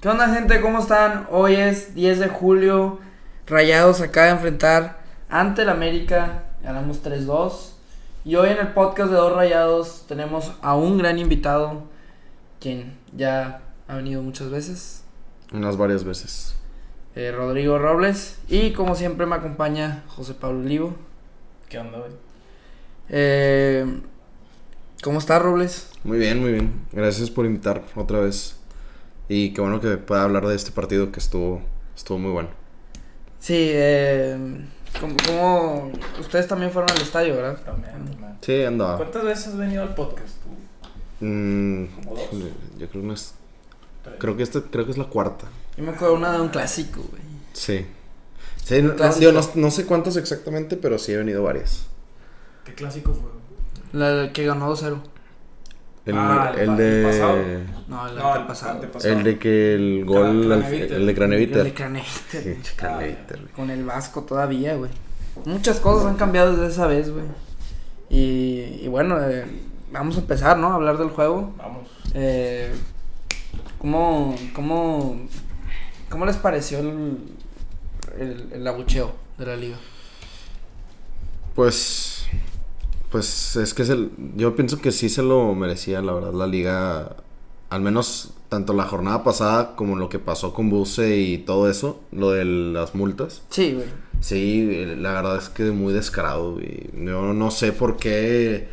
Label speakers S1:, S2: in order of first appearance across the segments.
S1: ¿Qué onda gente? ¿Cómo están? Hoy es 10 de julio. Rayados acaba de enfrentar ante el América. Ganamos 3-2. Y hoy en el podcast de Dos Rayados tenemos a un gran invitado, quien ya ha venido muchas veces,
S2: Unas varias veces.
S1: eh, Rodrigo Robles. Y como siempre me acompaña José Pablo Olivo.
S3: ¿Qué onda, güey?
S1: Eh, ¿Cómo está Robles?
S2: Muy bien, muy bien. Gracias por invitar otra vez. Y qué bueno que pueda hablar de este partido que estuvo, estuvo muy bueno.
S1: Sí, eh, como, como- ustedes también fueron al estadio, ¿verdad?
S3: También,
S1: Ah.
S3: también.
S2: Sí, andaba.
S3: ¿Cuántas veces has venido al podcast tú?
S2: Mm,
S3: ¿Como dos?
S2: híjole, yo creo, que es, creo que este, creo que es la cuarta.
S1: Yo me acuerdo una de un clásico, güey.
S2: Sí. Sí, no,
S1: Clásico.
S2: digo, no, no sé cuántas exactamente, pero sí he venido varias.
S3: ¿Qué clásico fue? güey?
S1: La que ganó 2-0.
S2: El,
S3: Ah, el
S2: el
S3: pa- el pasado.
S2: de.
S1: No, el
S3: No,
S1: no,
S3: el
S1: pasado.
S3: antepasado.
S2: El de que el gol. al-
S3: Craneviter.
S2: el de
S1: El de
S2: Craneviter.
S1: Craneviter, güey.
S2: Sí, Craneviter, güey.
S1: Con el Vasco todavía, güey. Muchas cosas han cambiado desde esa vez, güey. Y, y bueno, eh, vamos a empezar, ¿no? A hablar del juego.
S3: Vamos.
S1: Eh, ¿cómo, cómo, ¿Cómo les pareció el, el, el abucheo de la liga?
S2: Pues. Pues es que es el. Yo pienso que sí se lo merecía, la verdad, la liga. Al menos tanto la jornada pasada como lo que pasó con Buse y todo eso, lo de las multas.
S1: Sí, güey.
S2: Sí, eh, la verdad es que muy descarado. güey. Yo no sé por qué.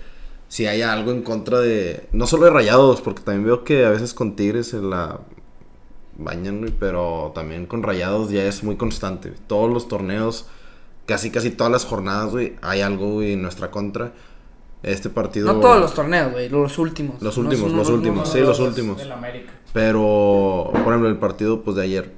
S2: Si hay algo en contra de. No solo de rayados, porque también veo que a veces con Tigres se la bañan, güey, pero también con rayados ya es muy constante. güey. Todos los torneos, casi casi todas las jornadas, güey, hay algo güey, en nuestra contra. Este partido.
S1: No todos los torneos, güey. Los últimos.
S2: Los
S1: No
S2: últimos,
S1: son
S2: los últimos,
S1: no-
S2: sí, los últimos.
S3: El América.
S2: Pero, por ejemplo, el partido pues de ayer,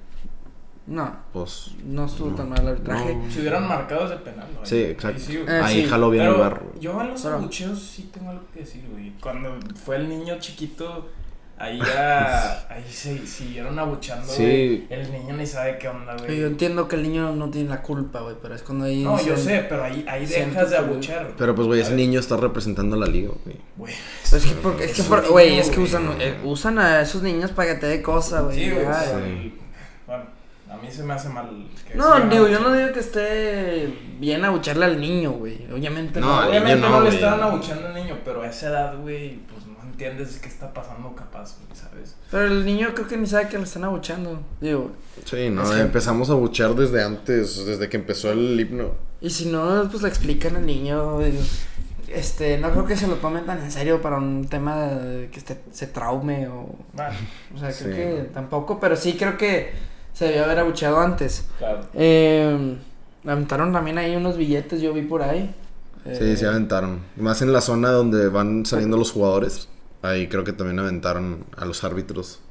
S1: No,
S2: pues.
S1: no estuvo
S2: No,
S1: tan mal el arbitraje.
S2: no.
S3: Si hubieran marcado ese penal, güey.
S2: Sí, exacto.
S3: Ahí sí, güey.
S1: Eh,
S2: ahí
S1: sí,
S2: jaló bien el
S3: Pero
S2: barro.
S3: Yo a los
S1: Pero-
S3: abucheos sí tengo algo que decir, güey. Cuando fue el niño chiquito, ahí ya. ahí se siguieron abucheando,
S2: Sí.
S3: güey. El niño ni sabe qué onda, güey.
S1: Yo entiendo que el niño no tiene la culpa, güey, pero es cuando ahí...
S3: No, yo
S1: se-
S3: sé, pero ahí, ahí
S1: siento
S3: dejas de
S1: que-
S3: abuchear. güey.
S2: Pero pues, güey,
S3: A
S2: ese
S3: ver,
S2: niño está representando a la liga, güey.
S3: güey.
S1: Es que, porque, es que,
S3: Es
S1: por-
S3: un
S1: güey,
S3: niño,
S1: es que
S3: güey.
S1: usan, eh, usan a esos niños para que te dé cosa, güey.
S3: Sí, güey.
S1: Ay.
S2: Sí.
S3: Bueno, a mí se me hace mal. que
S1: No,
S3: sigan
S1: digo, yo no
S3: abucheando.
S1: digo que esté bien abucharle al niño, güey. Obviamente
S2: No,
S1: no.
S2: al
S3: Obviamente
S2: niño
S3: no,
S2: no,
S3: le
S2: güey.
S3: estaban abuchando al niño, pero a esa edad, güey, pues no entiendes qué está pasando capaz, güey, ¿sabes?
S1: Pero el niño creo que ni sabe que lo están abuchando. Digo,
S2: Sí, no,
S1: Es que-
S2: empezamos a buchar desde antes, desde que empezó el himno.
S1: y si no, pues le explican al niño. digo, este, no creo que se lo tomen tan en serio para un tema de que este- se traume o.
S3: Bueno,
S1: O sea, creo
S2: Sí,
S1: que
S2: no.
S1: tampoco, pero sí creo que se debió haber abucheado antes.
S3: claro.
S1: Eh, aventaron también ahí unos billetes, yo vi por ahí.
S2: Sí,
S1: Eh,
S2: sí aventaron. Más en la zona donde van saliendo los jugadores. Ahí creo que también aventaron a los árbitros.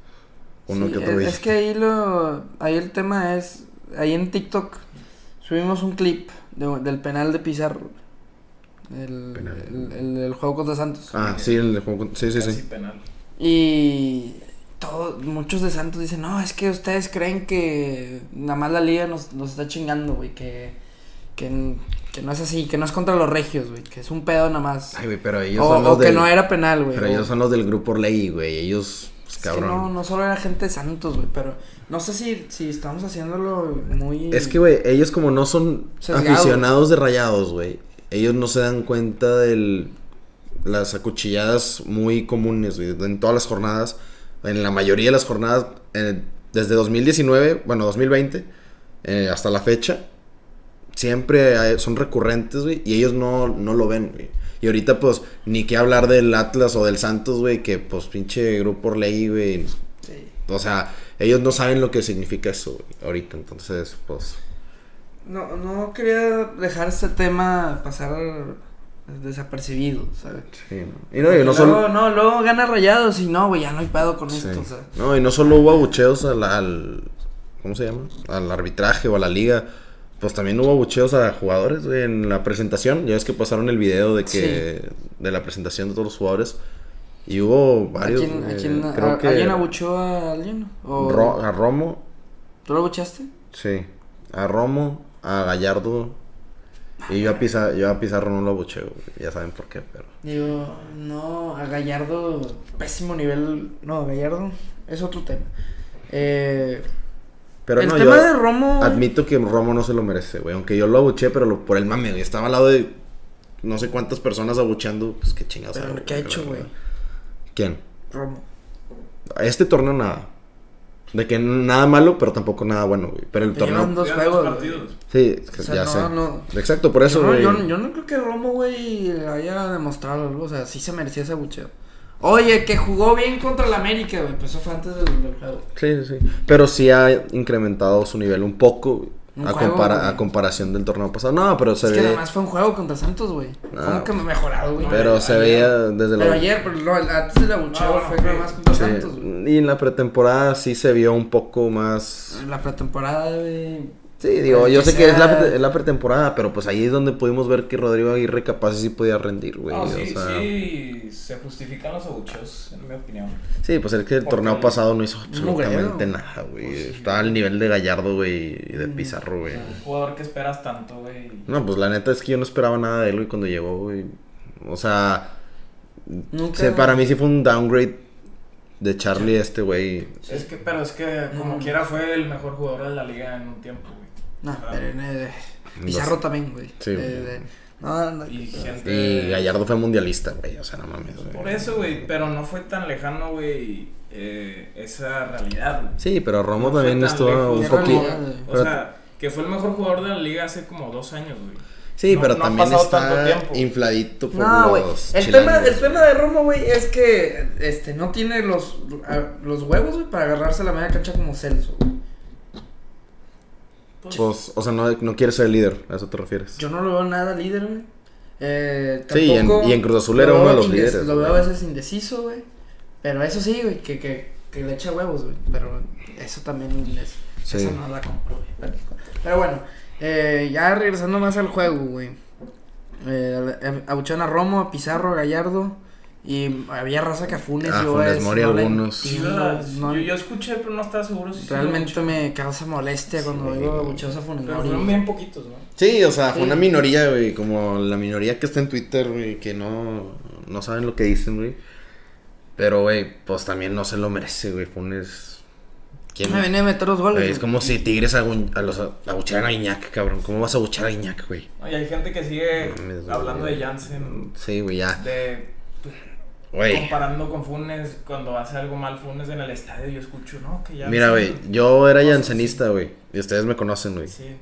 S2: Uno
S1: sí,
S2: que
S1: es-
S2: otro
S1: Es que ahí lo, ahí el tema es, ahí en TikTok subimos un clip de- del penal de Pizarro, el,
S2: Penal.
S1: el, el- el juego contra Santos.
S2: Ah, sí, el de juego con- Sí, sí,
S3: Casi
S2: sí.
S3: penal.
S1: Y todos, muchos de Santos dicen, no, es que ustedes creen que nada más la liga nos, nos está chingando, güey, que, que, que no es así, que no es contra los regios, güey, que es un pedo nada más.
S2: Ay, güey, pero ellos
S1: O,
S2: son los
S1: o que
S2: del-
S1: no era penal, güey.
S2: Pero
S1: o-
S2: ellos son los del grupo Ley, güey. Ellos, pues,
S1: Es que
S2: cabrón.
S1: no, no solo era gente de Santos, güey, pero no sé si, si estamos haciéndolo muy...
S2: Es que, güey, ellos como no son
S1: Sesgados.
S2: aficionados de rayados, güey. Ellos no se dan cuenta de las acuchilladas muy comunes, güey. En todas las jornadas, en la mayoría de las jornadas, eh, desde 2019, bueno, 2020, eh, hasta la fecha, siempre hay- son recurrentes, güey. Y ellos no, no lo ven, güey. Y ahorita, pues, ni qué hablar del Atlas o del Santos, güey, que, pues, pinche grupo ley, güey.
S1: Sí.
S2: O sea, ellos no saben lo que significa eso güey, ahorita, entonces, pues...
S1: No, no quería dejar este tema pasar desapercibido, ¿sabes?
S2: Sí, ¿no? Y no, y no
S1: luego,
S2: solo...
S1: no, luego gana rayados y no, güey, ya no hay pedo con
S2: sí.
S1: esto, o sea.
S2: No, y no solo hubo abucheos al, al- ¿Cómo se llama? Al arbitraje o a la liga. Pues también hubo abucheos a jugadores güey, en la presentación. Ya ves que pasaron el video de que... De la presentación de todos los jugadores. Y hubo
S1: ¿A
S2: varios.
S1: quién, a
S2: eh,
S1: quién- a-
S2: creo que
S1: ¿Alguien abuchó a alguien? ¿O
S2: Ro- a Romo,
S1: ¿Tú lo abuchaste?
S2: sí. A Romo, a Gallardo. Y yo a, Pizarro, yo a Pizarro no lo abucheo, güey, ya saben por qué, pero.
S1: Digo, no, a Gallardo, pésimo nivel. No, Gallardo es otro tema. Eh,
S2: Pero
S1: el
S2: no,
S1: tema
S2: yo
S1: de Romo. güey,
S2: admito que Romo no se lo merece, güey. Aunque yo lo abuché, pero lo- por el mame, güey. Estaba al lado de no sé cuántas personas abucheando, pues qué chingados.
S1: Pero,
S2: hago,
S1: ¿qué ha
S2: güey,
S1: hecho,
S2: la
S1: güey?
S2: verdad. ¿Quién?
S1: Romo.
S2: A Este torneo nada. De que nada malo, pero tampoco nada bueno, güey. Pero el
S1: Te llevan
S2: torneo.
S1: dos
S3: Ya,
S1: juegos. güey.
S3: partidos.
S2: Sí, es que
S1: O sea,
S2: ya
S1: no,
S2: sé.
S1: no.
S2: Exacto, por eso,
S1: yo, no, yo,
S2: güey.
S1: yo no creo que Romo, güey, haya demostrado algo. O sea, sí se merecía ese abucheo. Oye, que jugó bien contra el América, güey. Pues eso fue antes del, del juego.
S2: Sí, sí, sí. Pero sí ha incrementado su nivel un poco güey,
S1: Un
S2: a,
S1: juego,
S2: compara-
S1: güey.
S2: a comparación del torneo pasado. No, pero se
S1: es
S2: ve.
S1: que además fue un juego contra Santos, güey.
S2: No.
S1: ¿Cómo que me ha mejorado, güey?
S2: Pero se
S3: ayer.
S2: veía desde
S1: Pero
S2: la.
S1: ayer, pero no, el- antes del abucheo
S3: Ah, bueno,
S1: fue
S3: ok.
S1: nada más contra
S2: Sí.
S1: Santos, güey.
S2: Y en la pretemporada sí se vio un poco más.
S1: En La pretemporada, güey.
S2: Sí, digo,
S1: Aunque
S2: yo sé que es la,
S1: sea-
S2: pre- es la pretemporada, pero pues ahí es donde pudimos ver que Rodrigo Aguirre capaz sí podía rendir, güey.
S3: No,
S2: o
S3: Ah, sí,
S2: sea,
S3: sí, se justifican los abucheos, en mi opinión.
S2: Sí, pues es que el
S3: Porque-
S2: torneo pasado no hizo absolutamente
S1: mugrero.
S2: nada, güey.
S3: Pues sí.
S2: Estaba al nivel de Gallardo, güey, y de
S1: Mm.
S2: Pizarro, güey.
S3: Un jugador que esperas tanto, güey.
S2: No, pues la neta es que yo no esperaba nada de él, güey, cuando llegó, güey. O sea,
S1: Nunca.
S2: se- para mí sí fue un downgrade de Charlie este, güey.
S3: Es que, pero es que como
S1: No.
S3: quiera fue el mejor jugador de la liga en un tiempo, güey.
S1: No, pero en el-
S2: Los-
S1: eh, Pizarro también, güey.
S2: Sí,
S1: Eh,
S2: güey.
S1: de- no, no.
S3: Y gente.
S2: Y Gallardo fue mundialista, güey. O sea, no mames, güey.
S3: Por eso, güey, pero no fue tan lejano, güey, eh, esa realidad. güey.
S2: Sí, pero Romo
S3: No fue
S2: también
S3: tan
S2: estuvo
S3: lejos.
S2: un
S1: Ya
S3: Era
S2: poquito.
S1: realidad,
S3: como- O
S2: pero-
S3: sea, que fue el mejor jugador de la liga hace como dos años, güey.
S2: Sí,
S3: No-
S2: pero
S3: no ha
S2: también
S3: pasado
S2: está
S3: tanto tiempo.
S2: infladito por
S1: No, güey.
S2: los
S1: El tema,
S2: chilangos,
S1: el tema de Romo, güey, es que este, no tiene los, a- los huevos, güey, para agarrarse a la media cancha como Celso. güey.
S3: Pues,
S2: Pues, o sea, no, no quiere ser el líder, a eso te refieres.
S1: Yo no lo veo nada líder, güey. Eh,
S2: Sí, y en-
S1: tampoco
S2: y en Cruz Azul
S1: lo
S2: era uno de
S1: veo
S2: los
S1: indes-
S2: líderes,
S1: Lo veo a
S2: güey.
S1: veces indeciso, güey. Pero eso sí, güey, que, que, que le echa huevos, güey. Pero eso también es.
S2: Sí.
S1: Eso no la compro, güey. Pero, pero bueno, eh, ya regresando más al juego, güey. Eh, a- a- abucharon a Romo, a Pizarro, a Gallardo. Y había raza que a Funes.
S2: Ah,
S1: yo
S2: Funes
S1: es-
S2: Mori
S1: le
S2: algunos.
S3: sí,
S1: entiendo,
S3: la-
S1: no-
S3: yo, yo escuché, pero no estaba seguro si sí lo
S1: realmente
S3: escuché.
S1: me causa molestia cuando
S2: Sí.
S1: digo abuchados a Funes
S3: Pero
S1: Mori.
S3: fueron bien poquitos, ¿no?
S2: Sí, o sea, fue
S1: Sí.
S2: una minoría, güey, como la minoría que está en Twitter, güey, que no, no saben lo que dicen, güey. Pero, güey, pues también no se lo merece, güey, Funes. ¿Quién?
S1: Me venía a meter los goles.
S2: Güey, es
S1: güey.
S2: como si Tigres agu- a los abucharan a Iñak, cabrón. ¿Cómo vas a abuchar a Iñak, güey?
S3: No, Y hay gente que sigue
S2: No mames, güey.
S3: hablando de Jansen,
S2: Sí, güey, ya.
S3: de
S2: Güey,
S3: comparando con Funes, cuando hace algo mal Funes en el estadio, yo escucho, ¿no? Que Jansen-
S2: mira, güey, yo era
S3: No, sí,
S2: jansenista, güey, y ustedes me conocen, güey.
S3: Sí.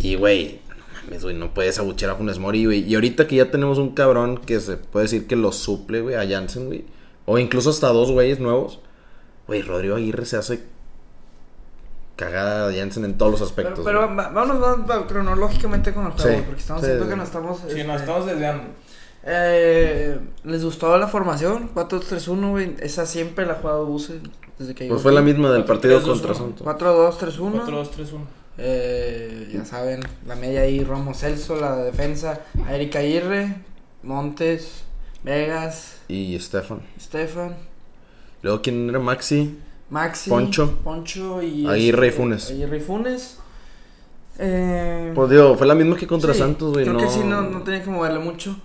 S2: Y, güey, no mames, güey, no puedes abuchear a Funes Mori, güey. Y ahorita que ya tenemos un cabrón que se puede decir que lo suple, güey, a Jansen, güey. O incluso hasta dos güeyes nuevos. Güey, Rodrigo Aguirre se hace cagada a Jansen en todos los
S1: Pero,
S2: aspectos.
S1: pero
S2: güey.
S1: va- vámonos, vámonos cronológicamente con el juego,
S2: Sí,
S1: güey, porque estamos
S2: sí,
S1: siento
S2: sí.
S1: que nos estamos.
S3: Sí, nos
S1: este,
S3: estamos desviando.
S1: Eh, ¿Les gustó la formación? 4-3-1, güey. Esa siempre la ha jugado Buse desde que
S2: pues fue la misma del partido
S3: 4-3-2-1.
S2: contra Santos.
S1: 4-2-3-1.
S3: 4-2-3-1.
S1: Eh, ya saben, la media ahí, Romo Celso, la defensa, a Eric Aguirre, Montes, Vegas,
S2: Y Stefan.
S1: Stefan,
S2: Luego, ¿quién era Maxi?
S1: Maxi,
S2: Poncho.
S1: Poncho y
S2: Aguirre y
S1: este,
S2: Funes.
S1: Aguirre y Funes. Eh,
S2: Pues digo, fue la misma que contra
S1: Sí,
S2: Santos, güey.
S1: Creo
S2: no...
S1: que sí, no, no tenía que moverle mucho.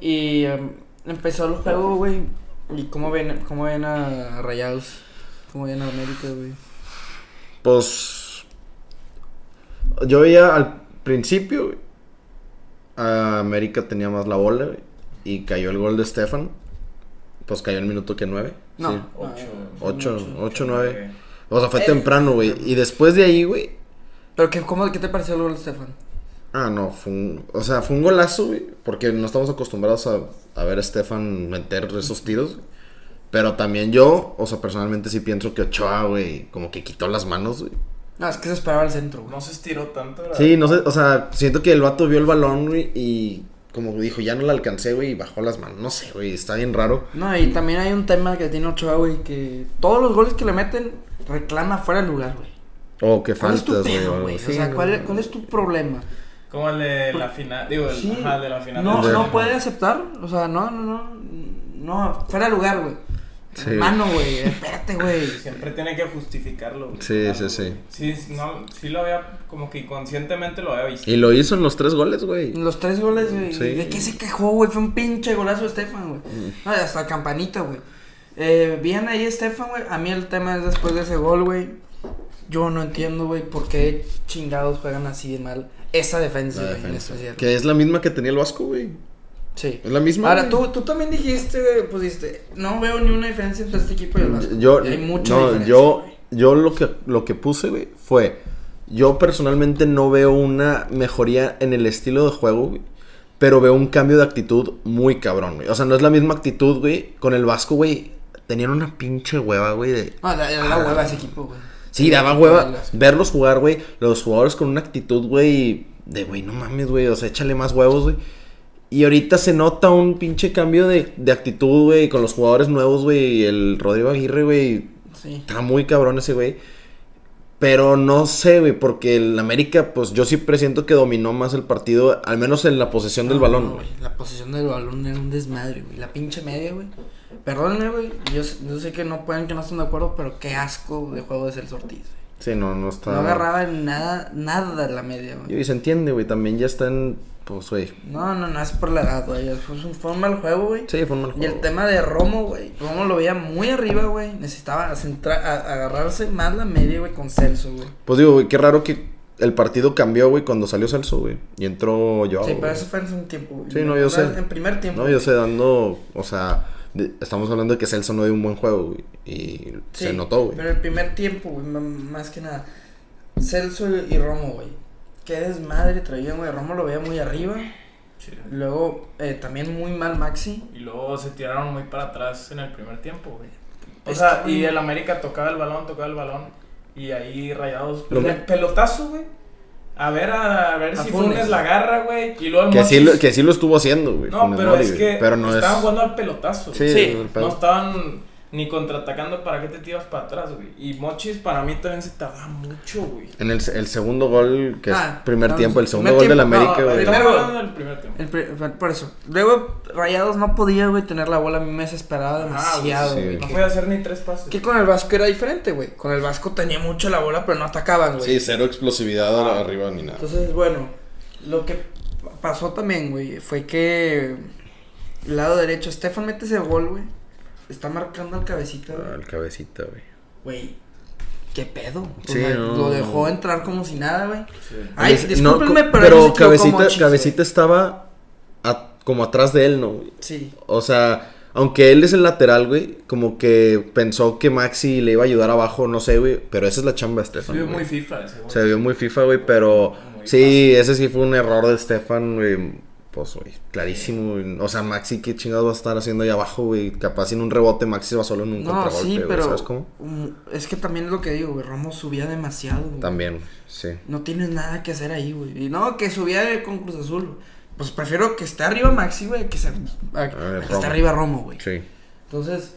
S1: Y em, empezó el juego, güey. ¿Y cómo ven, cómo ven a Rayados? ¿Cómo ven a América, güey?
S2: Pues. Yo veía al principio. güey, a América tenía más la bola, güey, Y cayó el gol de Stefan. Pues cayó el minuto que nueve.
S1: No.
S2: sí.
S3: Ocho.
S1: fue un
S2: Ocho,
S1: ocho.
S2: ocho, nueve. O sea, fue temprano, güey. Y después de ahí, güey.
S1: ¿Pero qué, cómo, qué te pareció el gol, Stefan?
S2: Ah, no, fue un. O sea, fue un golazo, güey. Porque no estamos acostumbrados a, a ver a Stefan meter esos tiros. güey. Pero también yo, o sea, personalmente sí pienso que Ochoa, güey, como que quitó las manos, güey.
S1: No, es que se esperaba el centro, güey.
S3: No se estiró tanto. la
S2: Sí, no sé, o sea, siento que el vato vio el balón, güey, y como dijo, ya no la alcancé, güey, y bajó las manos. No sé, güey, está bien raro.
S1: No, y también hay un tema que tiene Ochoa, güey, que todos los goles que le meten reclama fuera de lugar, güey.
S2: O que
S1: ¿Cuál es tu
S2: faltas, güey.
S1: pedo,
S2: o-
S1: güey? O
S2: sí,
S1: sea,
S2: no,
S1: ¿cuál,
S2: no.
S1: cuál es tu problema?
S3: Como el de la final. Digo, el,
S1: Sí.
S3: Pues, ajá, de la final.
S1: No,
S2: de-
S1: no puede aceptar, o sea, no, no, no. No, fuera de lugar, güey.
S2: Sí.
S1: Hermano, güey, espérate, güey.
S3: Siempre tiene que justificarlo. güey.
S2: Sí,
S3: Claro,
S2: sí, sí.
S3: güey. Sí, es- no, sí lo había, como que inconscientemente lo había visto.
S2: Y lo hizo en los tres goles, güey.
S1: Los tres goles, güey.
S2: Sí. Mm.
S1: ¿De qué se quejó, güey? Fue un pinche golazo de Estefan, güey. No, y hasta campanita, güey. Eh, bien ahí Estefan, güey. A mí el tema es después de ese gol, güey. Yo no entiendo, güey, por qué chingados juegan así de mal esa defensa,
S2: La
S1: güey, en
S2: defensa.
S1: especial.
S2: Que es la misma que tenía el Vasco, güey.
S1: Sí.
S2: Es la misma.
S1: Ahora,
S2: güey.
S1: tú, tú también dijiste, güey, pues dijiste, no veo ni una diferencia entre este equipo y el Vasco.
S2: Yo,
S1: Y hay mucha
S2: no,
S1: diferencia,
S2: yo,
S1: güey.
S2: yo lo que, lo que puse, güey, fue. Yo personalmente no veo una mejoría en el estilo de juego, güey. Pero veo un cambio de actitud muy cabrón, güey. O sea, no es la misma actitud, güey. Con el Vasco, güey, tenían una pinche hueva, güey. de-
S1: No, da- da Ah, la
S2: Ah.
S1: hueva a ese equipo, güey.
S2: Sí, daba hueva verlos jugar, güey. Los jugadores con una actitud, güey, de, güey, no mames, güey. O sea, échale más huevos, güey. Y ahorita se nota un pinche cambio de, de actitud, güey, con los jugadores nuevos, güey. El Rodrigo Aguirre, güey,
S1: Sí.
S2: Está muy cabrón ese güey. Pero no sé, güey, porque el América, pues yo sí presiento que dominó más el partido, al menos en la posesión del
S1: No,
S2: balón,
S1: no,
S2: güey.
S1: La posición del balón era un desmadre, güey. La pinche media, güey. Perdónenme, güey. Yo, s- yo sé que no pueden, que no estén de acuerdo, pero qué asco de juego es el sortiz, güey.
S2: Sí, no, no está.
S1: No agarraba nada, nada la media, güey.
S2: Y se entiende, güey, también ya están, pues, güey.
S1: No, no, no, es por la edad, güey. Fue un, fue un mal juego, güey.
S2: Sí, fue un mal
S1: Y
S2: juego.
S1: el tema de Romo, güey. Romo lo veía muy arriba, güey. Necesitaba centra- a- agarrarse más la media, güey, con Celso, güey.
S2: Pues digo, güey, qué raro que el partido cambió, güey, cuando salió Celso, güey. Y entró yo.
S1: sí, pero eso fue en un tiempo, güey.
S2: Sí, no, yo sé.
S1: En primer tiempo.
S2: No, yo
S1: güey.
S2: sé, dando, o sea, de- estamos hablando de que Celso no dio un buen juego, güey. Y se
S1: Sí,
S2: notó, güey.
S1: Pero el primer tiempo, güey, m- más que nada. Celso y Romo, güey. Qué desmadre traían, güey. Romo lo veía muy arriba.
S3: Sí.
S1: Luego, eh, también muy mal Maxi.
S3: Y luego se tiraron muy para atrás en el primer tiempo, güey. O
S1: Es
S3: sea,
S1: que-
S3: y el América tocaba el balón, tocaba el balón. Y ahí rayados.
S2: Lo-
S3: Pel- Pelotazo, güey. A ver, a, a ver
S1: A
S3: si
S1: Funes.
S3: Funes. la agarra, güey. Y luego el
S2: Que sí, lo,
S3: Monchis-
S2: que sí lo estuvo haciendo, güey.
S3: No,
S2: Funes
S3: pero
S2: Mori,
S3: es
S2: güey,
S3: que
S2: pero no
S3: estaban
S2: es...
S3: jugando al pelotazo. güey.
S2: Sí,
S1: Sí,
S2: el pedo.
S3: No estaban ni contraatacando para qué te tiras para atrás, güey. Y Mochis para mí también se tardaba mucho, güey.
S2: En el, el segundo gol, que
S1: Ah,
S2: es primer
S1: no,
S2: tiempo, el
S1: primer
S2: segundo gol
S1: tiempo,
S2: del
S1: no,
S2: América, güey.
S1: primer-
S3: Estamos
S1: gol.
S3: hablando del primer tiempo.
S1: El pri- por eso. Luego, Rayados no podía, güey, tener la bola. A mí me desesperaba
S3: Ah, güey,
S1: demasiado,
S2: sí,
S1: güey.
S3: No
S1: que-
S3: puede hacer ni tres pases.
S1: Que con el Vasco era diferente, güey. Con el Vasco tenía mucho la bola, pero no atacaban, güey. Ah.
S2: Sí, cero explosividad a- arriba ni nada.
S1: Entonces, bueno, lo que pasó también, güey, fue que el lado derecho, Estefan mete ese gol, güey. Está marcando al cabecita,
S2: Ah,
S1: güey.
S2: el cabecita, güey.
S1: Güey, ¿qué pedo? O
S2: Sí,
S1: sea,
S2: no,
S1: Lo dejó
S2: no.
S1: entrar como si nada, güey.
S3: Sí.
S1: Ay,
S2: Es- no,
S1: discúlpenme,
S2: co-
S1: pero... él se quedó
S2: cabecita,
S1: como chis,
S2: cabecita
S1: güey.
S2: estaba a- como atrás de él, ¿no? güey?
S1: Sí.
S2: O sea, aunque él es el lateral, güey, como que pensó que Maxi le iba a ayudar abajo, no sé, güey. Pero esa es la chamba de
S3: Se
S2: Estefan.
S3: vio
S2: güey.
S3: muy FIFA ese, güey.
S2: Se vio muy FIFA, güey, pero
S3: Muy
S2: sí, ese sí fue un error de Stefan, güey. Pues, güey, clarísimo. güey. O sea, Maxi, ¿qué chingados va a estar haciendo ahí abajo, güey? Capaz sin un rebote, Maxi va solo en un
S1: No,
S2: contragolpe,
S1: sí,
S2: güey,
S1: pero...
S2: ¿sabes cómo?
S1: mm, Es que también es lo que digo, güey. Romo subía demasiado, güey.
S2: También, sí.
S1: No tienes nada que hacer ahí, güey. Y no, que subía de con Cruz Azul. Pues prefiero que esté arriba Maxi, güey, que, se, a- a
S2: ver,
S1: que
S2: Romo.
S1: esté arriba Romo, güey.
S2: Sí.
S1: Entonces,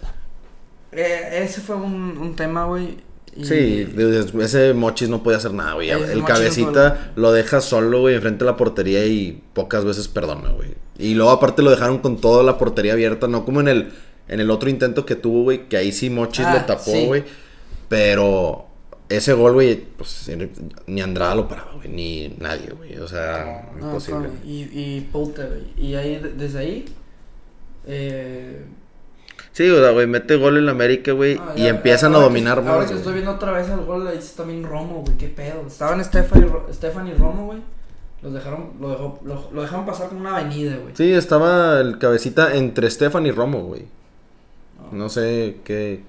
S1: eh, ese fue un, un tema, güey. y-
S2: Sí, de- ese Mochis no podía hacer nada, güey.
S1: Ese
S2: El
S1: Mochis
S2: cabecita lo deja solo, güey, enfrente de la portería y pocas veces perdona, güey. Y luego aparte lo dejaron con toda la portería abierta, no como en el en el otro intento que tuvo, güey, que ahí sí Mochis
S1: Ah,
S2: lo tapó,
S1: sí.
S2: güey. Pero ese gol, güey, pues ni Andrada lo paraba, güey, ni nadie, güey. O sea,
S1: No,
S2: imposible.
S1: fue- y, y puta, güey. Y ahí, de- desde ahí, eh,
S2: Sí, o sea, güey, mete gol en la América, güey,
S1: Ah,
S2: y
S1: ya,
S2: empiezan a
S1: ahora que-
S2: dominar
S1: Ahora
S2: más.
S1: que
S2: güey.
S1: estoy viendo otra vez el gol, le hizo también Romo, güey. Qué pedo. Estaban Stefan y, Ro- Stefan y Romo, güey. Los dejaron, lo, dejó- lo, lo dejaron pasar como una avenida, güey.
S2: Sí, estaba el cabecita entre Stefan y Romo, güey.
S1: No.
S2: No sé qué,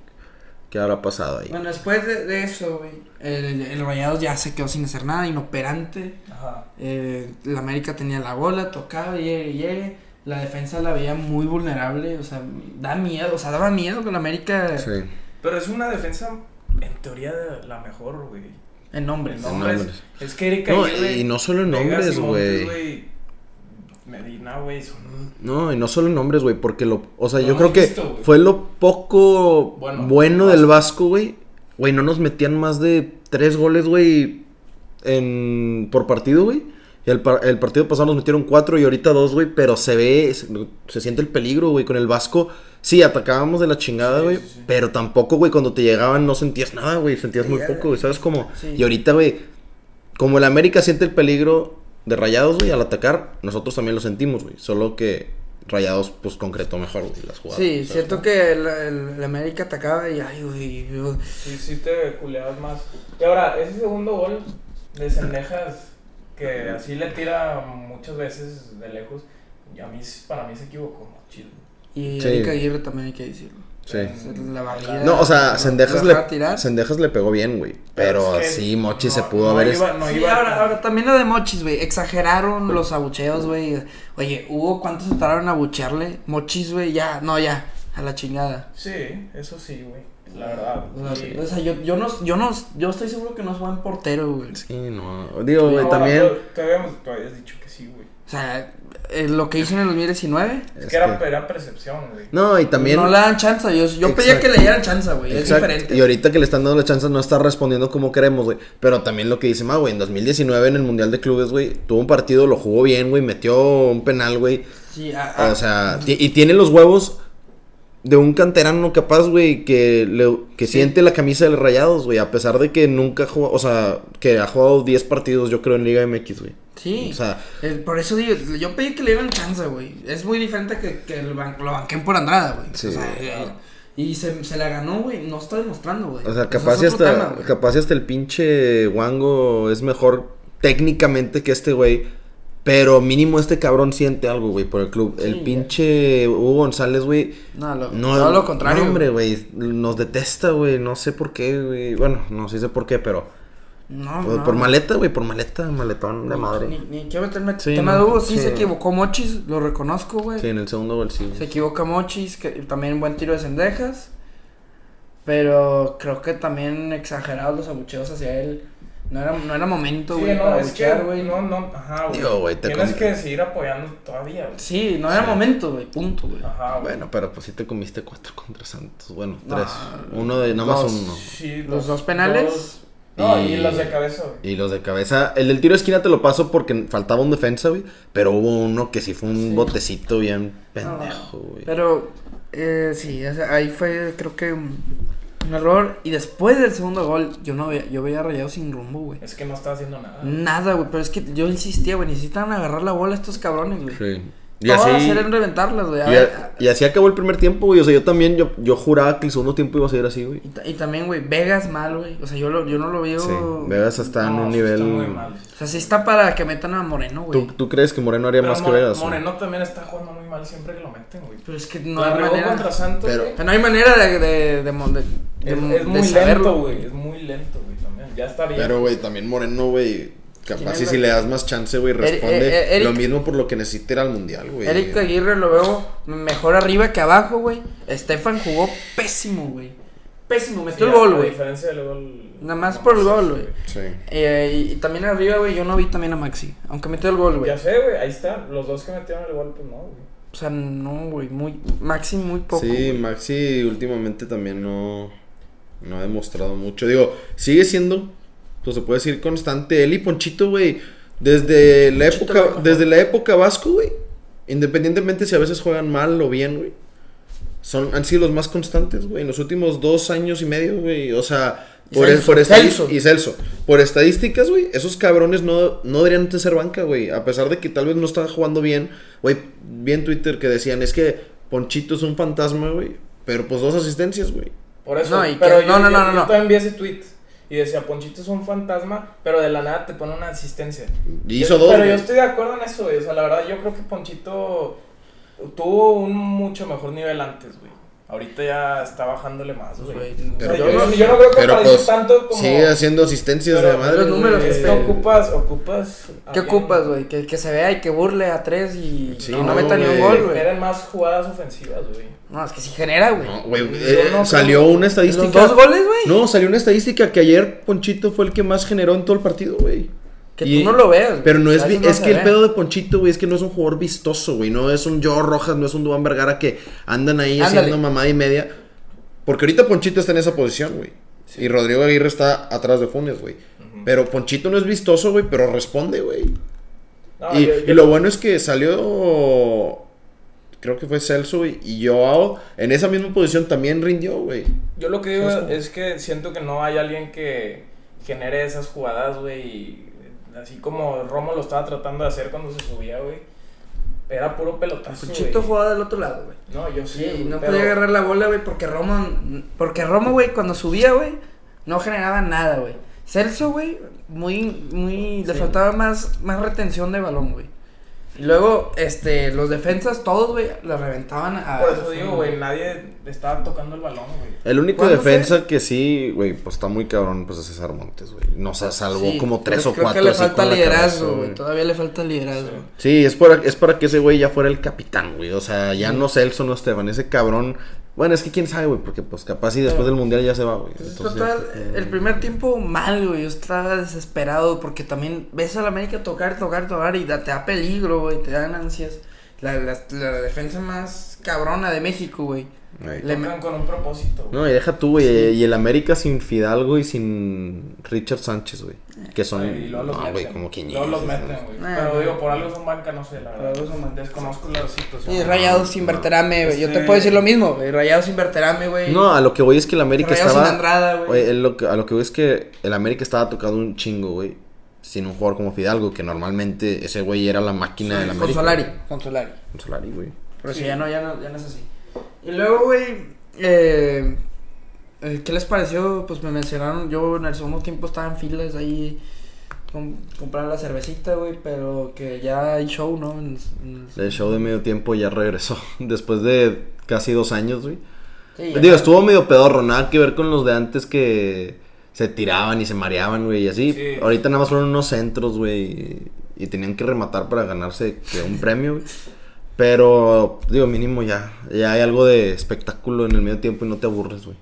S2: qué habrá pasado ahí.
S1: Bueno, después de, de eso, güey, el, el Rayados ya se quedó sin hacer nada, inoperante.
S3: Ajá.
S1: Eh, la América tenía la bola, tocaba, llegue, llegue. La defensa la veía muy vulnerable, o sea, da miedo, o sea, daba miedo que la América
S2: Sí.
S3: Pero es una defensa, en teoría, de la mejor, güey.
S1: en nombres.
S3: En
S2: No,
S3: nombres.
S2: nombres.
S3: Es que Erika
S2: No,
S3: Aguirre,
S2: y no solo en
S3: Vegas y
S2: nombres,
S3: Montes,
S2: güey.
S3: Medina, güey, son...
S2: No, y no solo en nombres, güey, porque lo, o sea,
S3: No
S2: yo creo
S3: hemos
S2: que
S3: visto, güey.
S2: fue lo poco bueno,
S3: Bueno,
S2: del Vasco, güey. Güey, no nos metían más de tres goles, güey, en por partido, güey. El, par- el partido pasado nos metieron cuatro y ahorita dos, güey. Pero se ve, se, se siente el peligro, güey. Con el Vasco, sí, atacábamos de la chingada,
S3: Sí,
S2: güey.
S3: sí, sí.
S2: Pero tampoco, güey, cuando te llegaban no sentías nada, güey. Sentías muy
S1: Sí,
S2: poco, güey. ¿Sabes cómo?
S1: Sí.
S2: Y ahorita, güey, como el América siente el peligro de Rayados, güey, al atacar, nosotros también lo sentimos, güey. Solo que Rayados, pues, concretó mejor, güey, las jugadas.
S1: Sí,
S2: ¿sabes
S1: siento
S2: cómo?
S1: que el, el- el América atacaba y ay, güey. yo-
S3: Sí, sí te culeabas más. Y ahora, ese segundo gol de Sendejas, que así le tira muchas veces de lejos, y a mí, s- para mí se equivocó. Chido.
S1: Y
S2: Sí.
S1: Erika Aguirre también hay que decirlo.
S2: Sí.
S1: O sea, La barrida.
S2: No, o sea,
S1: la-
S2: Sendejas
S1: la
S2: le,
S1: dejaba tirar.
S2: Sendejas le pegó bien, güey. Pero
S3: Es que
S2: sí, Mochi
S3: no-
S2: se pudo
S3: no
S2: haber.
S3: iba- no
S1: Sí,
S3: iba-
S1: ahora, ahora también lo de Mochis, güey. Exageraron los abucheos, güey. Oye, hubo cuántos se tardaron a abuchearle. Mochis, güey, ya, no, ya, a la chingada.
S3: Sí, eso sí, güey. La verdad.
S1: O sea,
S3: Y-
S1: o sea, yo, yo no, yo no, yo estoy seguro que no es buen portero, güey.
S2: Sí, no. Digo, güey,
S3: No,
S2: también.
S3: pero Te habíamos, tú habías dicho que sí, güey.
S1: O sea, eh, lo que hizo en el 2019,
S3: Es
S2: es
S3: que era,
S2: que-
S3: era percepción, güey.
S2: No, y también.
S1: no le dan chance. Yo, yo pedía
S2: Exacto.
S1: que le dieran chance, güey. Es
S2: Exacto,
S1: diferente.
S2: Y ahorita que le están dando la chance no está respondiendo como queremos, güey. Pero también lo que dice Ma, güey, en 2019 en el Mundial de Clubes, güey, tuvo un partido, lo jugó bien, güey, metió un penal, güey.
S1: Sí, a- a-
S2: O sea, ti- y tiene los huevos de un canterano capaz, güey, que, le- que
S1: Sí.
S2: siente la camisa del Rayados, güey, a pesar de que nunca jugó, o sea, que ha jugado 10 partidos, yo creo, en Liga MX, güey.
S1: sí.
S2: O sea,
S1: Eh, por eso digo, yo pedí que le dieran chance, güey. Es muy diferente que, que el ban- lo banquen por Andrada, güey.
S2: Sí,
S1: O sea,
S2: güey.
S1: eh, y se, se la ganó, güey. No está demostrando, güey.
S2: o sea
S1: Eso
S2: capaz,
S1: Pues es
S2: y
S1: otro
S2: hasta,
S1: tema, güey.
S2: capaz y hasta el pinche Wango es mejor técnicamente que este güey. Pero mínimo este cabrón siente algo, güey, por el club.
S1: Sí,
S2: el pinche Hugo González, güey.
S1: No, lo,
S2: No,
S1: todo lo contrario.
S2: no, hombre,
S1: güey.
S2: güey. Nos detesta, güey. No sé por qué, güey. Bueno, no sí sé por qué, pero.
S1: No,
S2: Por,
S1: no.
S2: Pues, por maleta, güey, por maleta, maletón de
S1: Ni-
S2: madre.
S1: Ni, ni quiero meterme en
S2: Sí,
S1: tema
S2: no,
S1: de Hugo. Sí,
S2: sí.
S1: se equivocó Mochis, lo reconozco, güey.
S2: Sí, en el segundo gol sí.
S1: Se equivoca Mochis, que también buen tiro de cendejas. Pero creo que también exagerados los abucheos hacia él. No era, no era momento,
S3: Sí,
S1: güey,
S3: no,
S1: para
S3: es que,
S1: abuchear, güey.
S3: no, no, ajá, güey.
S2: Digo, güey, te
S3: Tienes
S2: con-
S3: que seguir apoyando todavía, güey.
S1: Sí, no era
S2: Sí.
S1: momento, güey. Punto, güey.
S3: Ajá, güey.
S2: Bueno, pero pues sí te comiste cuatro contra Santos. Bueno,
S1: No,
S2: tres. Uno de, nada más
S1: dos.
S2: uno.
S3: Sí,
S1: Los dos penales.
S3: dos- No, y...
S2: Y-
S3: los de cabeza, güey.
S2: Y los de cabeza. El del tiro de esquina te lo paso porque faltaba un defensa, güey. Pero hubo uno que sí fue un
S1: Sí.
S2: botecito bien pendejo,
S1: No,
S2: güey.
S1: Pero, eh, sí, o sea, ahí fue, creo que un, un error. Y después del segundo gol, yo no veía, yo veía rayado sin rumbo, güey.
S3: Es que no está haciendo nada.
S1: Nada, güey, pero es que yo insistía, güey, necesitan agarrar la bola estos cabrones, güey.
S2: Sí. Y
S1: Todo va a
S2: así,
S1: ser en reventarlas, güey. A
S2: y,
S1: ver,
S2: a- y así acabó el primer tiempo, güey. O sea, yo también, yo, yo juraba que el segundo tiempo iba a ser así, güey.
S1: Y, ta- y también, güey, Vegas mal, güey. O sea, yo, lo, yo no lo veo.
S2: Sí, Vegas está en
S3: No,
S2: un
S3: sí está
S2: nivel...
S3: muy mal.
S1: O sea, sí está para que metan a Moreno, güey.
S2: ¿Tú, ¿Tú crees que Moreno haría
S3: Pero
S2: más que
S3: Mo-
S2: Vegas? güey?
S3: Moreno también está jugando muy mal siempre que lo meten, güey.
S1: Pero es que
S3: No
S1: Pues, no
S3: la
S1: hay
S3: regó
S1: manera.
S3: contra Santos,
S2: Pero-
S3: güey.
S1: No hay manera de. de, de, mo- de- de mo-
S3: Es, es
S1: de
S3: muy
S1: saberlo.
S3: lento, güey. Es muy lento, güey, también. Ya está bien.
S2: Pero, güey, también Moreno, güey.
S1: ¿Quién
S2: Capaz
S1: es
S2: y
S1: la-
S2: si le das más chance, güey, responde
S1: eh, eh, Eric-
S2: lo mismo por lo que necesita ir al mundial, güey.
S1: Eric Aguirre lo veo mejor arriba que abajo, güey. Estefan jugó pésimo, güey. Pésimo,
S3: Sí,
S1: metió el
S3: a-
S1: gol,
S3: A
S1: güey.
S3: diferencia del gol.
S1: Nada más
S3: no
S1: por el
S3: sé,
S1: gol, güey.
S2: Sí.
S1: Eh, y, y también arriba, güey, yo no vi también a Maxi. Aunque metió el gol, güey.
S3: Ya sé, güey. Ahí está. Los dos que metieron el gol, pues no, güey.
S1: O sea, no, güey. Muy, Maxi muy poco.
S2: Sí,
S1: güey.
S2: Maxi últimamente también no, no ha demostrado mucho. Digo, sigue siendo, pues se puede decir, constante. Él y Ponchito, güey, desde la
S1: Ponchito
S2: época,
S1: lo mejor.
S2: desde la época vasco, güey. Independientemente si a veces juegan mal o bien, güey. Son, han sido los más constantes, güey, en los últimos dos años y medio, güey. O sea,
S1: Y
S2: por,
S1: Celso,
S2: por estadi-
S1: Celso.
S2: y Celso. Por estadísticas, güey, esos cabrones no, no deberían de ser banca, güey. A pesar de que tal vez no estaban jugando bien, güey, vi en Twitter que decían, es que Ponchito es un fantasma, güey. Pero pues dos asistencias, güey.
S3: Por eso.
S1: No, y
S3: pero
S1: que- no,
S3: yo,
S1: no, no, no,
S3: yo- yo
S1: no.
S3: también vi ese tweet. Y decía, Ponchito es un fantasma, pero de la nada te pone una asistencia.
S2: Y hizo
S3: Yo-
S2: dos,
S3: Pero yo
S2: güey.
S3: estoy de acuerdo en eso, güey. O sea, la verdad, yo creo que Ponchito tuvo un mucho mejor nivel antes, güey. Ahorita ya está bajándole más, güey.
S1: Pues, güey,
S3: O sea,
S1: pero-
S3: yo, no- yo no creo que
S2: Pero
S3: apareció
S2: pues,
S3: tanto como.
S2: sigue haciendo asistencias
S3: Pero-
S2: de madre.
S1: Los
S2: güey.
S1: números
S3: Es que
S1: este-
S3: ocupas, ocupas. a
S1: ¿Qué
S3: alguien-
S1: ocupas, güey? Que, que se vea y que burle a tres y
S2: Sí,
S1: no,
S2: no,
S1: meta ni un
S2: güey.
S1: gol, güey.
S3: Eran más jugadas ofensivas, güey.
S1: No, es que sí genera, güey.
S2: No, güey,
S3: Yo
S2: eh,
S3: no
S2: salió
S3: creo-
S2: una estadística.
S1: ¿Los dos goles, güey?
S2: No, salió una estadística que ayer Ponchito fue el que más generó en todo el partido, güey.
S1: Que
S2: Y-
S1: tú no lo veas. güey.
S2: Pero no
S1: O
S2: es,
S1: sea,
S2: vi-
S1: eso no
S2: es
S1: se
S2: que el
S1: ve.
S2: pedo de Ponchito, güey, es que no es un jugador vistoso, güey. No es un Joe Rojas, no es un Duan Vergara que andan ahí
S1: Ándale.
S2: haciendo mamada y media. Porque ahorita Ponchito está en esa posición, güey. Y Rodrigo Aguirre está atrás de Funes, güey. Pero Ponchito no es vistoso, güey, pero responde, güey.
S3: No,
S2: y,
S3: yo-
S2: y
S3: yo-
S2: lo bueno es que salió. Creo que fue Celso y- y Joao. En esa misma posición también rindió, güey.
S3: Yo lo que digo
S2: ¿Sabes cómo?
S3: es que siento que no hay alguien que genere esas jugadas, güey. y Así como Romo lo estaba tratando de hacer cuando se subía, güey. Era puro pelotazo,
S1: Ponchito
S3: güey.
S1: Pues jugaba del otro lado, güey.
S3: No, yo sí.
S1: Sí,
S3: güey,
S1: no
S3: pero-
S1: podía agarrar la bola, güey, porque Romo, porque Romo, güey, cuando subía, güey, no generaba nada, güey. Celso, güey, muy, muy, le
S3: Sí.
S1: faltaba más, más retención de balón, güey. Y luego, este, los defensas, todos, güey, le reventaban a...
S3: Por eso digo, güey, nadie estaba tocando el balón, güey.
S2: El único
S1: ¿Cuándo fue?
S2: defensa que sí, güey, pues está muy cabrón, pues es César Montes, güey. Nos salvó
S1: Sí,
S2: como tres
S1: creo-
S2: o cuatro.
S1: Creo que le
S2: así
S1: falta
S2: con la
S1: liderazgo,
S2: cabeza,
S1: güey, todavía le falta liderazgo.
S2: Sí, es para, es para que ese güey ya fuera el capitán, güey. O sea, ya no Celso, no Esteban, ese cabrón. Bueno, es que quién sabe, güey, porque pues capaz y después del mundial ya se va, güey.
S1: Pues,
S2: Entonces,
S1: total,
S2: eh,
S1: el primer tiempo mal, güey. Yo estaba desesperado porque también ves al América tocar, tocar, tocar y da- te da peligro, güey. Te dan ansias. La, la- la defensa más cabrona de México, güey.
S2: ahí.
S1: Le-
S3: Tocan con un propósito. güey.
S2: No, y deja tú, güey. Y el América sin Fidalgo y sin Richard Sánchez, güey. Que son.
S3: Y luego los
S2: no,
S3: meten.
S2: güey, como 500.
S3: Luego los meten, güey.
S1: Ah,
S3: Pero
S1: güey.
S3: digo, por algo son banca, no sé, la verdad. Desconozco la situación.
S1: Y Rayados sin
S2: no.
S1: Berterame, güey. Yo te
S3: Este-
S1: puedo decir lo mismo, güey. Rayados sin Berterame, güey.
S2: No, a lo que voy es que el América
S1: Rayados
S2: estaba.
S1: sin Andrada, güey.
S2: Oye, es lo que- a lo que voy es que el América estaba tocando un chingo, güey. Sin un jugador como Fidalgo, que normalmente ese güey era la máquina del América.
S1: con Solari, con Solari.
S2: Con Solari, güey.
S1: Pero si
S3: Sí.
S1: ya no, ya no, ya no es así. Y luego, güey, eh, eh, ¿qué les pareció? Pues me mencionaron, yo en el segundo tiempo estaba en filas ahí com- comprar la cervecita, güey, pero que ya hay show, ¿no? En- en-
S2: El show de medio tiempo ya regresó. Después de casi dos años, güey.
S1: Sí, ya.
S2: Digo, estuvo medio pedorro, nada que ver con los de antes que se tiraban y se mareaban, güey, y así.
S3: Sí.
S2: Ahorita nada más fueron unos centros, güey, y tenían que rematar para ganarse que un premio, güey. Pero, digo, mínimo ya, ya hay algo de espectáculo en el medio tiempo y no te aburres, güey.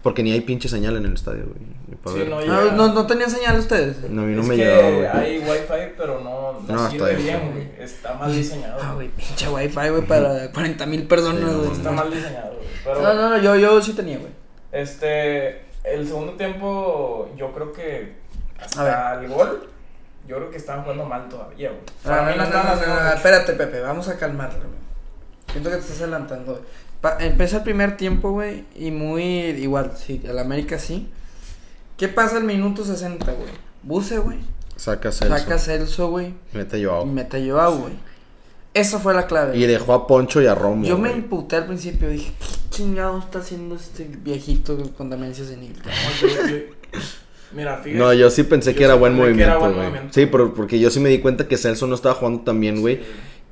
S2: Porque ni hay pinche señal en el estadio, güey. ni pa'
S3: Sí,
S2: ver.
S3: no,
S2: no,
S3: ya-
S1: Ah, no, no tenían señal ustedes.
S2: a mí no
S3: es
S2: me
S3: que
S2: llegaba, güey.
S3: hay wifi, pero no, no,
S2: No, está
S3: sirve
S2: bien.
S3: bien, güey. Está mal diseñado.
S1: Ah, güey, pinche wifi, güey, para 40 mil personas,
S2: Sí, no,
S1: güey.
S2: no,
S3: Está mal diseñado, güey. Pero
S1: No, no, no, yo, yo sí tenía, güey.
S3: Este, el segundo tiempo, yo creo que
S1: A ver.
S3: hasta el gol, yo creo que estaban jugando mal todavía, güey. Para
S1: No, no,
S3: mí
S1: no,
S3: estaban
S1: no, no,
S3: haciendo
S1: no,
S3: mucho.
S1: espérate, Pepe, vamos a calmarlo, güey. Siento que te estás adelantando, güey. Pa- empieza el primer tiempo, güey, y muy igual, sí, al América sí. ¿Qué pasa al minuto 60, güey? Buce, güey.
S2: Saca Celso.
S1: Saca a Celso, güey.
S2: Mete yo
S1: Y mete a Joao, güey. Esa fue la clave.
S2: Y
S1: güey.
S2: dejó a Poncho y a Romo.
S1: Yo me
S2: güey.
S1: imputé al principio, dije, ¿qué chingado está haciendo este viejito con demencia senil?
S3: Oye, yo- Mira, fíjate.
S2: No, yo sí pensé
S3: Yo
S2: que era
S3: sí
S2: buen
S3: pensé que era
S2: movimiento,
S3: buen
S2: güey.
S3: movimiento.
S2: Sí, pero porque yo sí me di cuenta que Celso no estaba jugando tan bien, güey.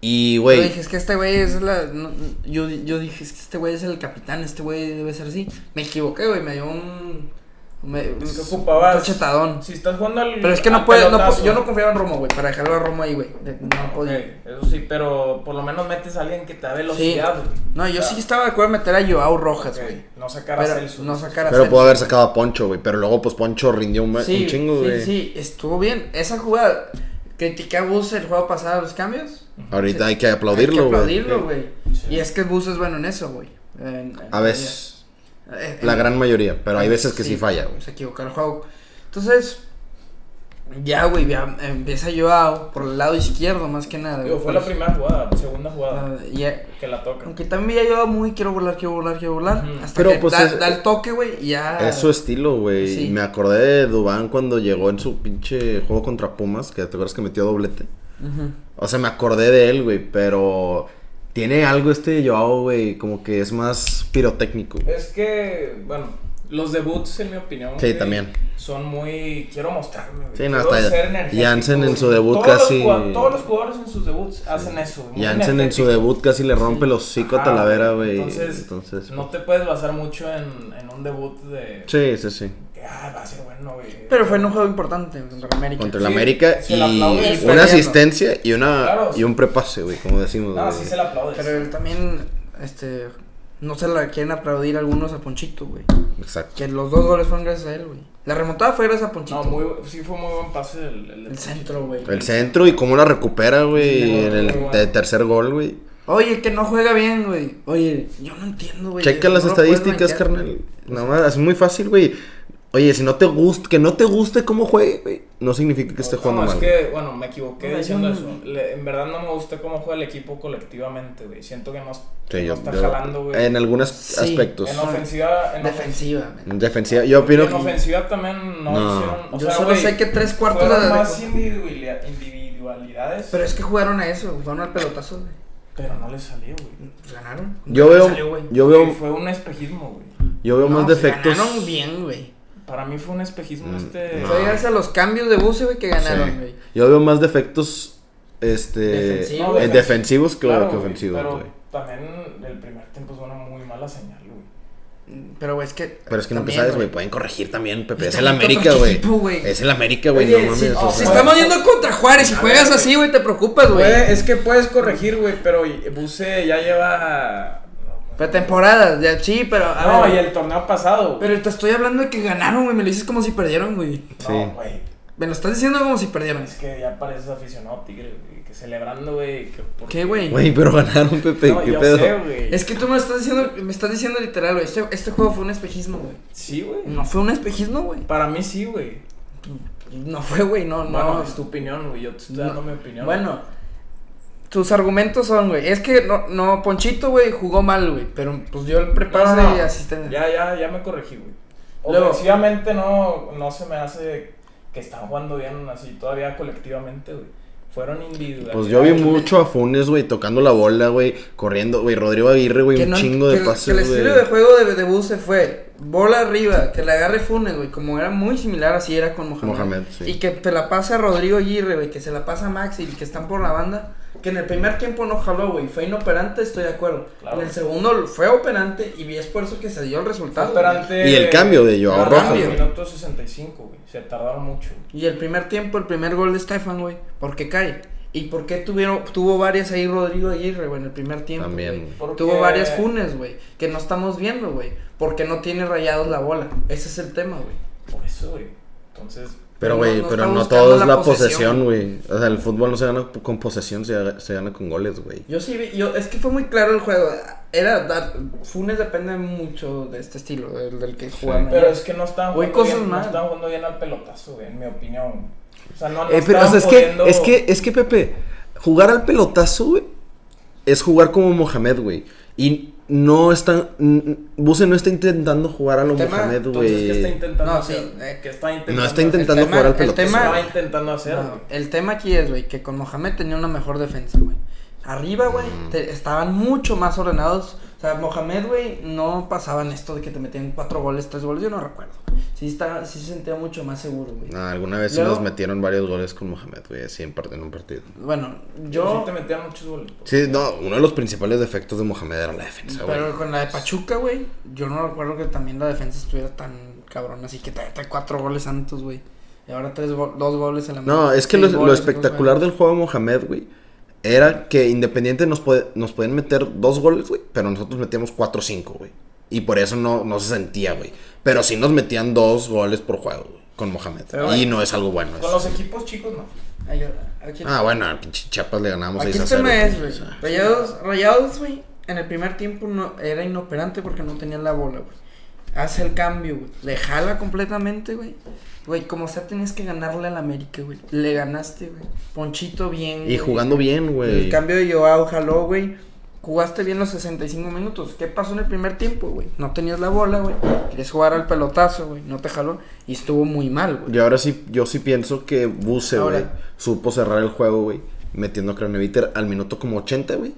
S2: Y,
S1: Yo
S2: güey,
S1: dije, es que este güey es la. no- yo, yo dije, es que este güey es el capitán, este güey debe ser así. Me equivoqué, güey, me dio un. Me,
S3: Es que
S1: un
S3: ocupabas-
S1: cachetadón.
S3: Si estás jugando al.
S1: Pero es que
S3: al
S1: no puedo. No,
S3: pelotazo.
S1: puedo- yo no confiaba en Romo, güey, para dejarlo a Romo ahí, güey. De- No
S3: Ok,
S1: podía.
S3: Eso sí, pero por lo menos metes a alguien que te da velocidad, güey.
S1: No, yo
S3: Ah,
S1: sí estaba de acuerdo en meter a Joao Rojas,
S3: ok,
S1: güey.
S3: No sacar a
S1: Pero
S3: Celso.
S1: no sacar a
S2: pero
S1: Celso.
S2: pudo haber sacado a Poncho, güey. Pero luego, pues, Poncho rindió un, ma-
S1: Sí,
S2: un chingo,
S1: sí,
S2: güey.
S1: sí, estuvo bien. Esa jugada. Critiqué a Bus el juego pasado los cambios.
S2: Ahorita
S1: Sí.
S2: hay que aplaudirlo,
S1: Hay que
S2: güey.
S1: aplaudirlo, güey.
S3: Sí.
S1: Y es que Bus es bueno en eso, güey. En- en-
S2: A veces,
S1: Eh,
S2: la
S1: eh,
S2: gran mayoría. Pero hay veces que sí, falla, güey.
S1: Se equivoca el juego. Entonces, ya, güey, ya empieza Joao por el lado izquierdo, más que nada.
S3: Digo,
S1: güey,
S3: fue
S1: por
S3: la
S1: el-
S3: primera jugada, segunda jugada
S1: Ah, ya-
S3: que la toca.
S1: aunque también ya Joao muy quiero volar, quiero volar, quiero volar.
S3: Ujú.
S1: Hasta
S2: Pero,
S1: que
S2: pues,
S1: da,
S2: es-
S1: da el toque, güey, y ya.
S2: Es su estilo, güey.
S1: Sí.
S2: Y Me acordé de Dubán cuando llegó en su pinche juego contra Pumas, que te acuerdas que metió doblete.
S1: Ujú.
S2: O sea, me acordé de él, güey, pero tiene algo este Joao, güey, como que es más pirotécnico. güey.
S3: Es que, bueno, los debuts, en mi opinión.
S2: Sí,
S3: güey,
S2: también.
S3: Son muy. Quiero mostrarme, güey.
S2: Sí, no,
S3: Quiero
S2: está-
S3: ser energético,
S2: Jansen en su
S3: güey.
S2: debut
S3: todos
S2: casi-
S3: Los, jugad- todos los jugadores en sus debuts hacen eso. güey, muy
S2: Jansen en su
S3: energético.
S2: debut casi le rompe los hocico a
S3: Ajá,
S2: Talavera, güey.
S3: Entonces,
S2: Entonces,
S3: no te puedes basar mucho en, en un debut de.
S2: Sí, sí, sí.
S3: Que, ah, va a ser bueno, güey.
S1: Pero fue en un juego importante contra América.
S2: Contra el
S3: Sí,
S2: América
S3: se
S2: y
S3: le aplaude.
S1: Sí, perdiendo.
S2: una asistencia y una
S3: Claro.
S2: y un prepase, güey, como decimos.
S3: No,
S2: güey.
S3: sí se la aplaudes.
S1: Pero él también, este. No se la quieren aplaudir algunos a Ponchito, güey.
S2: Exacto.
S1: Que los dos goles fueron gracias a él, güey. La remontada fue gracias a Ponchito.
S3: No, muy, bu- sí fue muy buen pase el, el,
S1: El centro, güey.
S2: El centro y cómo la recupera, güey,
S3: Sí,
S2: en el
S3: muy bueno.
S2: te- tercer gol, güey.
S1: Oye, que no juega bien, güey. Oye, yo no entiendo, güey.
S2: Checa
S1: No
S2: las
S1: lo puedes
S2: estadísticas,
S1: rankear,
S2: carnal.
S1: güey.
S2: Nada más, es muy fácil, güey. Oye, si no te gusta, que no te guste cómo juegue, güey, no significa que esté jugando
S3: no,
S2: mal.
S3: es
S2: güey.
S3: que, bueno, me equivoqué
S1: No,
S3: diciendo
S1: yo-
S3: eso. Le- en verdad no me gusta cómo juega el equipo colectivamente, güey. Siento que no,
S2: Sí,
S3: no
S2: yo-
S3: está
S2: yo-
S3: jalando, güey.
S2: en
S3: En,
S2: algunos
S1: Sí.
S2: aspectos.
S1: En
S3: ofensiva... En
S1: Defensiva, men.
S2: Defensiva, yo opino
S3: En
S2: que
S3: ofensiva también no,
S2: No.
S3: hicieron. O
S1: Yo
S3: sea,
S1: solo
S3: güey,
S1: sé que tres cuartos
S3: fueron
S1: de
S3: más individualia- individualidades,
S1: Pero
S3: pero,
S1: es que jugaron a eso, jugaron al pelotazo, güey.
S3: no les salió, güey.
S1: Pues ganaron.
S2: yo
S1: Entonces
S2: veo
S1: salió, güey.
S2: yo
S3: Y
S2: veo
S3: Fue un espejismo, güey.
S2: yo veo
S1: No,
S2: más
S1: pues
S2: defectos.
S1: Ganaron bien, güey.
S3: Para mí fue un espejismo
S2: Mm,
S3: este.
S2: no.
S1: Fue gracias a los cambios de buce, güey, que ganaron,
S2: Sí.
S1: güey.
S2: Yo veo más defectos este
S1: Defensivos.
S2: en defensivos que,
S3: Claro,
S2: Pues que
S3: güey,
S2: ofensivos,
S3: Pero
S2: güey.
S3: también el primer tiempo es una muy mala señal, güey.
S1: Mm, Pero, güey, es que.
S2: Pero es que nunca
S1: también,
S2: sabes, güey, pueden corregir también, Pepe. Es el
S1: Tanto
S2: América, güey.
S1: equipo, güey.
S2: Es el América, güey, no
S1: Oye,
S2: mames.
S1: si,
S2: o
S1: Oh, si
S2: sea,
S1: estamos yendo contra Juárez y
S3: A
S1: juegas
S3: ver,
S1: así, güey, te preocupas, güey.
S3: es que puedes corregir, güey, pero Buse ya lleva.
S1: Pretemporadas, ya- sí, pero. a
S3: No,
S1: ver,
S3: y el torneo pasado. güey.
S1: Pero te estoy hablando de que ganaron, güey. Me lo dices como si perdieron, güey.
S2: Sí.
S3: No, güey.
S1: Me lo estás diciendo como si perdieron.
S3: Es que ya pareces aficionado tigre, güey. Que celebrando, güey. Que por...
S1: ¿Qué, güey?
S2: Güey, pero ganaron, Pepe,
S3: No,
S2: qué
S3: yo
S2: pedo.
S3: sé, güey.
S1: Es que tú me lo estás diciendo, me estás diciendo literal, güey. Este, este juego fue un espejismo, güey.
S3: Sí, güey.
S1: No fue un espejismo, güey.
S3: Para mí sí, güey.
S1: No fue, güey, no, no.
S3: Bueno, es tu opinión, güey. Yo te estoy dando
S1: No.
S3: mi opinión.
S1: Bueno, tus argumentos son, güey. Es que no, no, Ponchito, güey, jugó mal, güey. Pero pues yo el preparo
S3: No, no, no.
S1: de asistente.
S3: Ya, ya, ya me corregí, güey.
S1: Luego.
S3: Ofensivamente no, no se me hace que están jugando bien así todavía colectivamente, güey. Fueron individuales.
S2: Pues yo vi mucho a Funes, güey, tocando la bola, güey, corriendo, güey, Rodrigo Aguirre, güey,
S1: Que
S2: un
S1: no-
S2: chingo de
S1: que-
S2: pases,
S1: que el estilo
S2: güey.
S1: de juego de, de Buse fue bola arriba, que la agarre Funes, güey. Como era muy similar, así era con Mohamed.
S2: Mohamed, sí.
S1: Y que te la pase a Rodrigo Aguirre, güey. Que se la pasa a Maxi, que están por la banda. Que en el primer tiempo no jaló, güey. Fue inoperante, estoy de acuerdo.
S3: Claro.
S1: En el segundo fue operante y es por eso que se dio el resultado. güey.
S3: Operante-
S2: Y el cambio de Joao
S3: Tardaron
S1: Rojas, güey.
S3: Minuto 65, güey. Se tardaron mucho. güey.
S1: Y el primer tiempo, el primer gol de Stefan, güey, porque cae. ¿Y por qué tuvieron, tuvo varias ahí Rodrigo Aguirre, güey, en el primer tiempo?
S2: También,
S1: güey?
S2: güey.
S3: Porque-
S1: Tuvo varias funes, güey, que no estamos viendo, güey, porque no tiene rayados la bola. Ese es el tema, güey.
S3: Por eso, güey. Entonces,
S2: Pero,
S1: no-
S2: güey,
S1: no
S2: pero
S1: está
S2: no
S1: buscando
S2: todo es
S1: la
S2: la
S1: posesión.
S2: posesión, güey. O sea, el fútbol no se gana con posesión, se gana, se gana con goles, güey.
S1: Yo sí vi, yo, es que fue muy claro el juego. Era, dar- Funes depende mucho de este estilo, del, del que juegan.
S3: pero es que no estaban
S1: Güey,
S3: jugando,
S1: cosas
S3: bien, no
S1: mal.
S3: estaban jugando bien al pelotazo, güey, en mi opinión. O sea, no, no
S2: Eh, pero, o
S3: estaban
S2: sea, es
S3: pudiendo-
S2: que, es que, es que, Pepe, jugar al pelotazo, güey, es jugar como Mohamed, güey. Y no está, n- Buse no está intentando jugar a lo
S1: Tema,
S2: Mohamed,
S3: Entonces, ¿qué está
S2: güey.
S3: intentando
S1: No,
S3: hacer?
S1: sí, eh.
S3: ¿Qué está intentando
S2: No está
S3: hacer?
S2: intentando
S1: tema-
S2: jugar al
S1: el
S2: pelotazo.
S1: tema-
S2: güey.
S3: Estaba intentando hacer,
S1: No,
S3: güey.
S1: el tema aquí es, güey, que con Mohamed tenía una mejor defensa, güey. Arriba, güey,
S2: Mm.
S1: te- estaban mucho más ordenados. O sea, Mohamed, güey, no pasaban esto de que te metían cuatro goles, tres goles, yo no recuerdo. Sí, está, sí se sentía mucho más seguro, güey.
S2: No, alguna vez sí
S1: Luego-
S2: nos metieron varios goles con Mohamed, güey, así en, par- en un partido.
S1: Bueno,
S3: Yo
S1: yo...
S3: sí te metía muchos boletos.
S2: Sí, no, uno de los principales defectos de Mohamed era la defensa, güey.
S1: Pero con la de Pachuca, güey, yo no recuerdo que también la defensa estuviera tan cabrón, así que te mete cuatro goles santos, güey. Y ahora tres go- dos goles en la
S2: No, es que
S1: seis
S2: lo, lo
S1: goles,
S2: espectacular
S1: dos
S2: del juego de Mohamed, güey, era que Independiente nos, puede- nos podían meter dos goles, güey, pero nosotros metíamos cuatro o cinco, güey. Y por eso no, no se sentía, güey. Pero sí nos metían dos goles por juego, güey, con Mohamed.
S3: Pero,
S2: y
S3: güey,
S2: no es algo bueno.
S3: Con
S2: eso.
S3: los equipos chicos, no.
S1: goles. Ay, yo- aquí-
S2: Ah, bueno, a pinche Chiapas le ganamos
S1: Aquí
S2: 6 a
S1: el
S2: 0.
S1: tema es,
S2: güey,
S1: güey.
S2: o sea.
S1: Rayados, Rayados, güey. En el primer tiempo no, era inoperante porque no tenía la bola, güey. Hace el cambio, güey. Le jala completamente, güey. Güey, como sea, tenías que ganarle al América, güey. Le ganaste, güey. Ponchito bien.
S2: Y
S1: güey.
S2: jugando bien,
S1: El
S2: güey.
S1: cambio de Joao jaló, güey. Jugaste bien los 65 minutos. ¿Qué pasó en el primer tiempo, güey? No tenías la bola, güey. Querías jugar al pelotazo, güey. No te jaló. Y estuvo muy mal, güey.
S2: Y ahora sí, yo sí pienso que Buse,
S1: Ahora-
S2: güey, supo cerrar el juego, güey, metiendo a Craneviter al minuto como 80, güey.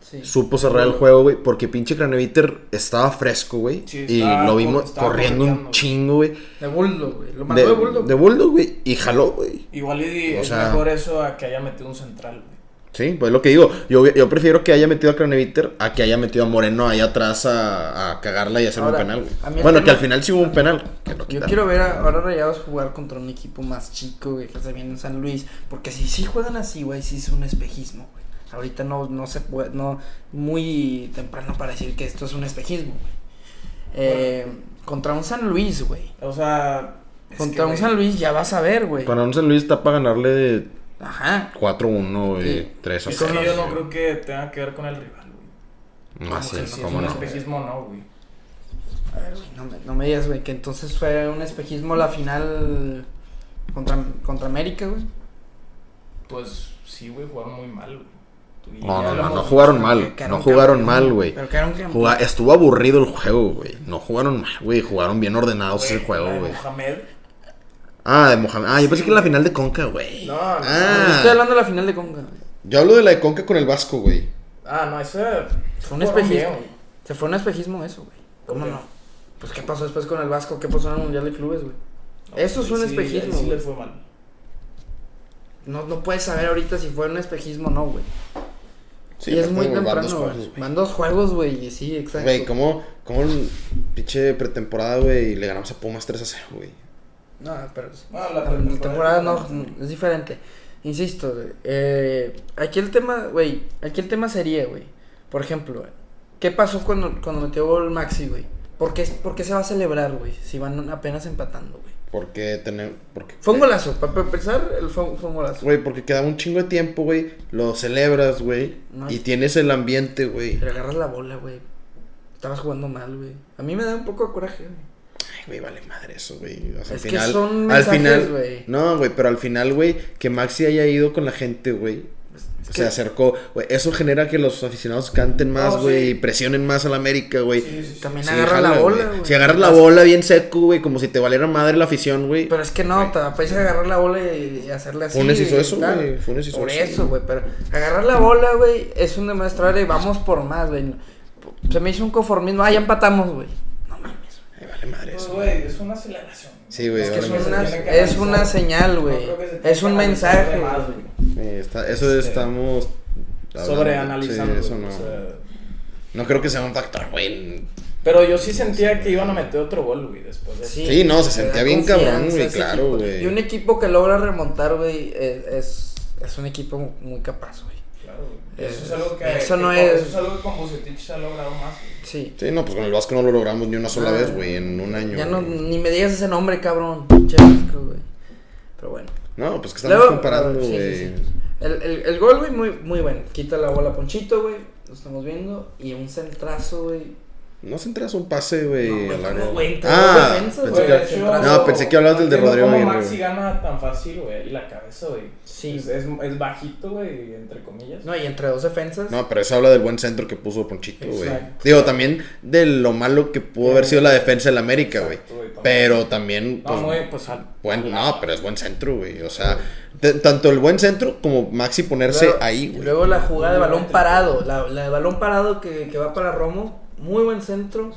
S1: Sí.
S2: Supo cerrar el juego, güey, porque pinche Craneviter estaba fresco, güey.
S3: Sí,
S2: y
S3: estaba
S2: lo
S3: cor-
S2: vimos
S3: estaba
S2: corriendo un
S3: correteando.
S2: chingo, güey.
S1: De Bulldog, güey. Lo mandó
S2: De,
S1: de, Bulldog.
S2: de Bulldog, güey. Y jaló, güey.
S3: Igual y
S2: O
S3: es
S2: sea-
S3: mejor eso a que haya metido un central, güey.
S2: Sí, pues lo que digo. Yo, yo prefiero que haya metido a Craneviter a que haya metido a Moreno ahí atrás a, a cagarla y hacer
S1: Ahora,
S2: un penal, güey.
S1: a mí el
S2: Bueno,
S1: tema-
S2: que al final sí hubo un penal. que lo
S1: Yo
S2: quitaron.
S1: quiero ver a- ahora Rayados jugar contra un equipo más chico, güey, que se viene en San Luis. Porque si sí juegan así, güey, sí es un espejismo, güey. Ahorita no, no se puede, no, muy temprano para decir que esto es un espejismo, güey. Eh, contra un San Luis, güey.
S3: O sea. es que,
S1: Contra un
S3: güey,
S1: San Luis ya vas a ver, güey.
S2: Para un San Luis está para ganarle
S1: Ajá.
S2: 4-1, güey.
S1: Sí.
S2: 3 a
S3: Es que
S2: 0.
S3: yo no creo que tenga que ver con el rival, güey.
S2: Así
S3: Si
S2: es,
S3: es
S2: Ah, cómo
S3: un
S2: no.
S3: espejismo, no, güey.
S1: A ver, güey, no me, no me digas, güey, que entonces fue un espejismo la final contra, contra América, güey.
S3: Pues sí, güey, jugaron muy mal, güey.
S2: No,
S3: Y ya
S2: no, no,
S3: hablamos-
S2: no jugaron mal.
S1: Pero
S2: No
S1: quedaron
S2: jugaron
S1: campeones,
S2: mal, güey.
S1: Pero quedaron campeones.
S2: Juga- estuvo aburrido el juego, güey. No jugaron mal, güey. Jugaron bien ordenados el
S3: la de
S2: juego, güey.
S3: Mohamed.
S2: Ah, de Mohamed. Ah, yo pensé que en la final de Conca, güey.
S3: No, no.
S1: Yo Estoy
S2: ah,
S1: hablando de la final de Conga, güey.
S2: yo hablo de la de Conca con el Vasco, güey.
S3: Ah, no, ese.
S1: Fue un
S3: jugaron
S1: espejismo.
S3: bien, güey.
S1: Se fue un espejismo eso, güey. ¿Cómo
S3: Ok.
S1: no? Pues qué pasó después con el Vasco, qué pasó en el Mundial de Clubes, güey. Eso es
S3: pues, Ahí
S1: un
S3: sí-
S1: espejismo,
S3: ahí Sí,
S1: güey.
S3: le fue mal.
S1: No, no puedes saber ahorita si fue un espejismo o no, güey. y es
S2: pero
S1: muy
S2: güey, van
S1: temprano,
S2: dos juegos,
S1: güey. Van dos juegos, güey. y Sí, exacto.
S2: Güey, ¿cómo, cómo en pinche pretemporada, güey, le ganamos a Pumas 3 a 0, güey?
S1: No, pero
S3: No, la
S1: la
S3: pretemporada-
S1: temporada no es diferente. Insisto, güey, eh, aquí el tema, güey, aquí el tema sería, güey. Por ejemplo, güey, ¿qué pasó cuando, cuando metió gol Maxi, güey? ¿Por qué, por qué se va a celebrar, güey? Si van apenas empatando, güey.
S2: Porque tenemos... Porque,
S1: Fue un golazo, para empezar, el- fue, fue un golazo.
S2: Güey, porque queda un chingo de tiempo, güey. Lo celebras, güey.
S1: No.
S2: Y tienes el ambiente, güey.
S1: Pero agarras la bola, güey. Estabas jugando mal, güey. A mí me da un poco de coraje, güey.
S2: Ay, güey, vale madre eso, güey. O sea, al
S1: Es que
S2: final,
S1: son
S2: al
S1: mensajes,
S2: final,
S1: güey.
S2: No, güey, pero al final, güey, que Maxi haya ido con la gente, güey.
S1: Es- es
S2: Se
S1: que-
S2: acercó, güey. Eso genera que los aficionados canten más,
S1: Oh,
S3: No,
S2: güey.
S3: sí.
S2: Y presionen más a la América, güey.
S3: Sí, sí, sí.
S1: También
S2: Sí,
S1: agarra
S2: jala,
S1: la bola,
S2: güey.
S1: güey.
S2: Si agarras la bola bien seco, güey, como si te valiera madre la afición, güey.
S1: Pero es que no, te puedes agarrar la bola y, y hacerle así.
S2: Funes hizo
S1: y
S2: eso,
S1: tal.
S2: güey, Funes hizo
S1: Por
S2: eso,
S1: eso, güey. Pero agarrar la bola, güey, es un demostrar y vamos por más, güey. Se me hizo un conformismo. Ah, ya empatamos, güey.
S2: Ay, vale madre
S3: Pues,
S2: eso.
S3: güey, es una celebración.
S2: Sí, güey,
S1: Es que es
S2: vale madre.
S1: una,
S3: tiene que
S1: es una
S3: analizar.
S1: señal,
S3: No
S1: güey.
S3: creo que se tenga
S1: Es un
S3: que analizar
S1: mensaje.
S3: de más,
S1: güey.
S3: güey.
S2: Eh, está- eso
S3: Este,
S2: estamos. hablando,
S3: Sobreanalizando.
S2: sí, eso
S3: güey,
S2: no.
S3: o sea,
S2: No creo que sea un factor, güey.
S3: Pero yo sí sentía que iban a meter otro gol, güey, después de eso.
S2: Sí, no, se
S1: te da
S2: sentía bien
S1: confianza
S2: cabrón, güey,
S1: ese
S2: claro,
S1: equipo.
S2: güey.
S1: Y un equipo que logra remontar, güey, es, es, es un equipo muy capaz, güey.
S3: Claro, güey. Eso es
S1: Eh,
S3: algo que.
S1: eso
S3: que
S1: no
S3: con-
S1: es-
S3: Eso es algo que con Bucetich se ha logrado más. güey.
S1: Sí.
S2: Sí, no, pues con el Vasco no lo logramos ni una sola
S1: Ah,
S2: vez, güey, en un año.
S1: Ya no,
S2: güey.
S1: ni me digas ese nombre, cabrón. Che, vasco, güey. Pero bueno.
S2: No, pues que estamos
S1: Luego-
S2: comparando,
S1: sí, sí,
S2: güey.
S1: sí. El, el, el gol, güey, muy, muy bueno. Quita la bola a Ponchito, güey. Lo estamos viendo. Y un centrazo, güey.
S2: No se entras un pase, güey.
S1: No, güey,
S2: al
S1: ¿cómo,
S2: área.
S1: güey? Entró
S2: ah,
S1: defensa,
S2: pensé
S1: güey,
S2: que-
S1: de hecho-
S2: no, pensé que hablabas del de
S3: entiendo
S2: Rodrigo
S3: cómo
S2: Aguirre,
S3: Maxi
S2: güey.
S3: gana tan fácil, güey, y la cabeza, güey.
S1: Sí.
S3: Es, es, es bajito, güey, entre comillas.
S1: No, y entre dos defensas.
S2: No, pero eso habla del buen centro que puso Ponchito, güey.
S3: Exacto.
S2: Digo, también de lo malo que pudo haber sido la defensa del América, güey.
S3: Exacto, güey, también.
S2: Pero también,
S3: No,
S2: pues,
S3: muy, pues al-
S2: buen- no, pero es buen centro, güey. O sea, t- tanto el buen centro como Maxi ponerse
S1: Luego-
S2: ahí,
S1: y
S2: güey.
S1: Luego la jugada de
S3: Muy
S1: balón
S3: bien.
S1: parado. La, la de balón parado que, que va para Romo. Muy buen centro.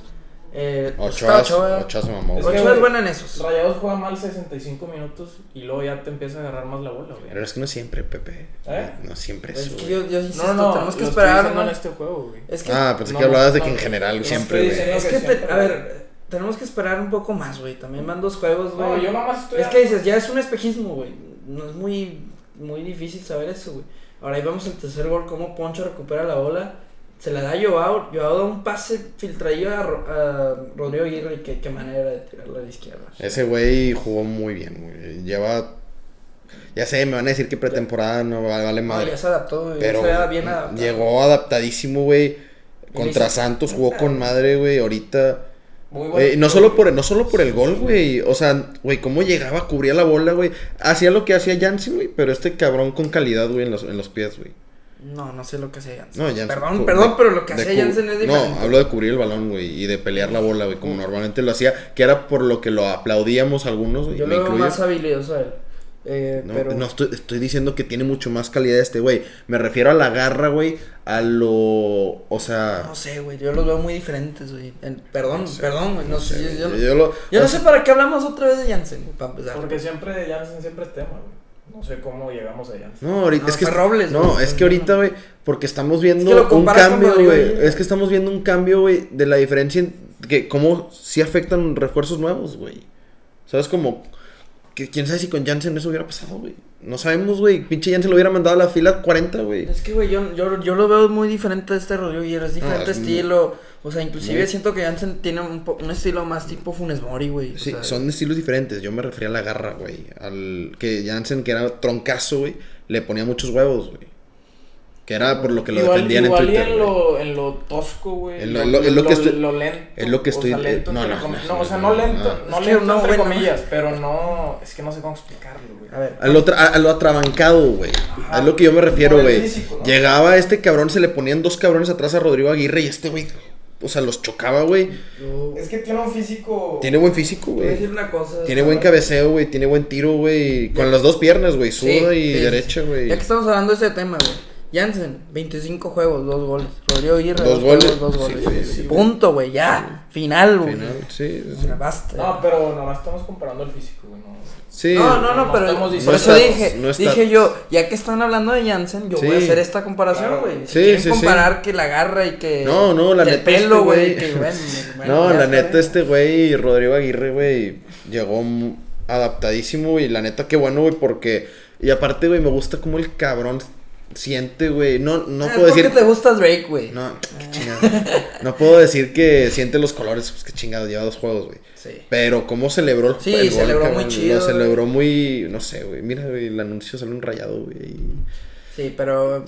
S1: Eh, pues está
S2: Ochoa, Ochoa se mamó,
S3: Es
S2: güey.
S3: que-
S1: Ochoa es bueno en esos.
S3: Rayados juega mal 65 minutos y luego ya te empieza a agarrar más la bola, güey.
S2: Pero es que no siempre, Pepe.
S3: ¿Eh?
S2: No siempre
S1: Es
S2: eso,
S1: que
S2: güey.
S1: yo, yo insisto, tenemos que
S3: lo estoy
S1: esperar.
S3: diciendo
S1: ¿no?
S3: en este juego, güey.
S1: Es que
S2: Ah, pensé
S3: No,
S2: que hablabas de
S3: no,
S2: que en general
S3: no,
S2: siempre,
S3: estoy
S2: güey.
S3: diciendo-
S1: Es
S3: que
S1: que, pe-
S3: siempre,
S1: a
S3: güey.
S1: ver, tenemos que esperar un poco más, güey. También van dos juegos, güey.
S3: No, yo nada más estoy.
S1: Es que dices, ya es un espejismo, güey. No es muy, muy difícil saber eso, güey. Ahora ahí vemos el tercer gol, cómo Poncho recupera la bola. Se la da a Joao. Joao da un pase filtradillo a, Ro- a Rodrigo Aguirre. y Qué, qué manera de tirarla a la izquierda.
S2: Ese güey jugó muy bien, güey. Lleva. Ya sé, me van a decir que pretemporada no va- vale
S1: No,
S2: madre.
S1: ya se adaptó, güey.
S2: pero
S1: se da bien adaptado.
S2: llegó adaptadísimo, güey. Contra
S1: hizo-
S2: Santos jugó con madre, güey. Ahorita.
S3: Muy bueno.
S2: Güey, eh, no solo por no solo por el gol, güey. O sea, güey, cómo llegaba, cubría la bola, güey. Hacía lo que hacía Jansen, güey. Pero este cabrón con calidad, güey, en los, en los pies, güey.
S1: No, no sé lo que hace Jansen.
S2: No, Jansen.
S1: Perdón,
S2: cu-
S1: perdón,
S2: de-
S1: pero lo que
S2: de
S1: hace
S2: cu-
S1: Jansen es diferente. Mm.
S2: No, hablo de cubrir el balón, güey. Y de pelear la bola, güey. Como normalmente lo hacía. Que era por lo que lo aplaudíamos algunos, güey.
S1: Yo
S2: me
S1: lo veo
S2: incluyo.
S1: más habilidoso a él. Eh,
S2: No,
S1: pero...
S2: no estoy, estoy diciendo que tiene mucho más calidad este güey. Me refiero a la garra, güey. A lo. O sea.
S1: No sé, güey, yo los veo muy diferentes, güey. En- Perdón,
S2: ah. No sé,
S1: perdón, güey, no,
S2: sé,
S1: sé.
S2: güey,
S1: Yo, yo-
S2: yo lo-
S1: yo
S2: o
S1: no sé
S2: sea,
S1: para qué hablamos otra vez de Jansen, güey, para empezar.
S3: Porque siempre Jansen siempre es tema, güey. No sé cómo llegamos a Jansen.
S2: No, ahorita
S1: No,
S2: es que.
S1: fue Robles,
S2: no,
S1: güey.
S2: es que ahorita, güey. Porque estamos viendo
S1: lo
S2: un
S1: comparas con
S2: cambio,
S1: Rodrigo
S2: güey.
S1: Aguirre.
S2: Es que estamos viendo un cambio, güey. De la diferencia. en- que cómo sí afectan refuerzos nuevos, güey. ¿Sabes? Como. Que, ¿Quién sabe si con Jansen eso hubiera pasado, güey? No sabemos, güey. Pinche Jansen lo hubiera mandado a la fila 40, güey.
S1: Es que, güey, yo, yo, yo lo veo muy diferente de este Rodrigo Hierro, es diferente
S2: es muy-
S1: estilo. O sea, inclusive
S2: muy-
S1: siento que Jansen tiene un, po- un estilo más tipo Funes Mori, güey. o
S2: Sí,
S1: sea,
S2: son estilos diferentes. Yo me refería a la garra, güey. Al que Jansen, que era troncazo, güey, le ponía muchos huevos, güey. Que era por lo que lo
S3: igual,
S2: defendían
S3: igual
S2: en Twitter.
S3: y en
S2: güey.
S3: lo, en lo tosco, güey.
S2: En lo- lo- en lo que estoy-
S3: lo lento.
S2: en lo que
S3: o
S2: estoy-
S3: sea, lento,
S2: no,
S3: entre
S2: no,
S3: com-
S2: no,
S3: O sea,
S2: no,
S3: no lento,
S2: no.
S3: no
S1: Es que
S3: lento
S1: no,
S3: entre
S1: bueno,
S3: comillas, pero no. Es que no sé cómo explicarlo, güey.
S1: A ver.
S2: A lo, tra- a- a lo atrabancado, güey.
S3: Ajá.
S2: A lo que yo me refiero,
S3: Por el
S2: güey.
S3: físico, ¿no?
S2: Llegaba este cabrón, se le ponían dos cabrones atrás a Rodrigo Aguirre y este, güey. O sea, los chocaba, güey.
S1: Yo...
S3: Es que tiene un físico.
S2: Tiene buen físico,
S1: Voy a decir
S2: güey.
S1: una cosa.
S2: Tiene buen cabeceo, güey. Tiene buen tiro, güey. Con las dos piernas, güey.
S1: Sí,
S2: Zurda y
S1: sí, sí.
S2: derecha, güey.
S1: Ya que estamos hablando de ese tema, güey. Jansen, 25 juegos, 2 goles. Rodrigo Aguirre, 2
S2: Dos goles.
S1: goles, 2 goles.
S2: Sí, güey, sí, güey.
S1: Punto, güey, ya. Final, güey.
S2: Final, Sí, sí.
S1: O sea, Basta.
S2: Eh.
S3: No, pero nomás estamos comparando el físico, güey. No.
S2: Sí.
S1: No, no, no,
S3: No
S1: pero
S3: estamos
S1: por
S3: diciendo-
S1: eso
S2: No está-
S1: dije,
S2: no está-
S1: dije yo, ya que están hablando de Jansen, yo voy a
S2: Sí.
S1: hacer esta comparación,
S3: Claro.
S1: güey.
S2: Sí,
S1: si quieren
S2: sí, sí.
S1: comparar que la garra y que
S2: No, no, la
S1: que
S2: neta
S1: el pelo,
S2: este
S1: güey,
S2: güey-
S1: que bueno, bueno,
S2: No,
S1: ya
S2: la
S1: está
S2: neta,
S1: bien.
S2: este güey, Rodrigo Aguirre, güey, llegó mu- adaptadísimo y la neta, qué bueno, güey, porque... Y aparte, güey, me gusta cómo el cabrón siente, güey. No, no
S1: Es
S2: puedo
S1: porque
S2: decir...
S1: Ah, te Ah. gusta Drake, güey.
S2: No, qué chingado. No puedo decir que siente los colores, pues qué chingado, lleva dos juegos, güey.
S1: Sí.
S2: Pero cómo celebró el
S1: Sí,
S2: el gol,
S1: celebró muy
S2: cabrón,
S1: chido,
S2: Lo
S1: güey.
S2: celebró muy, no sé, güey. Mira, güey, el anuncio sale un rayado, güey.
S1: Sí, pero eh,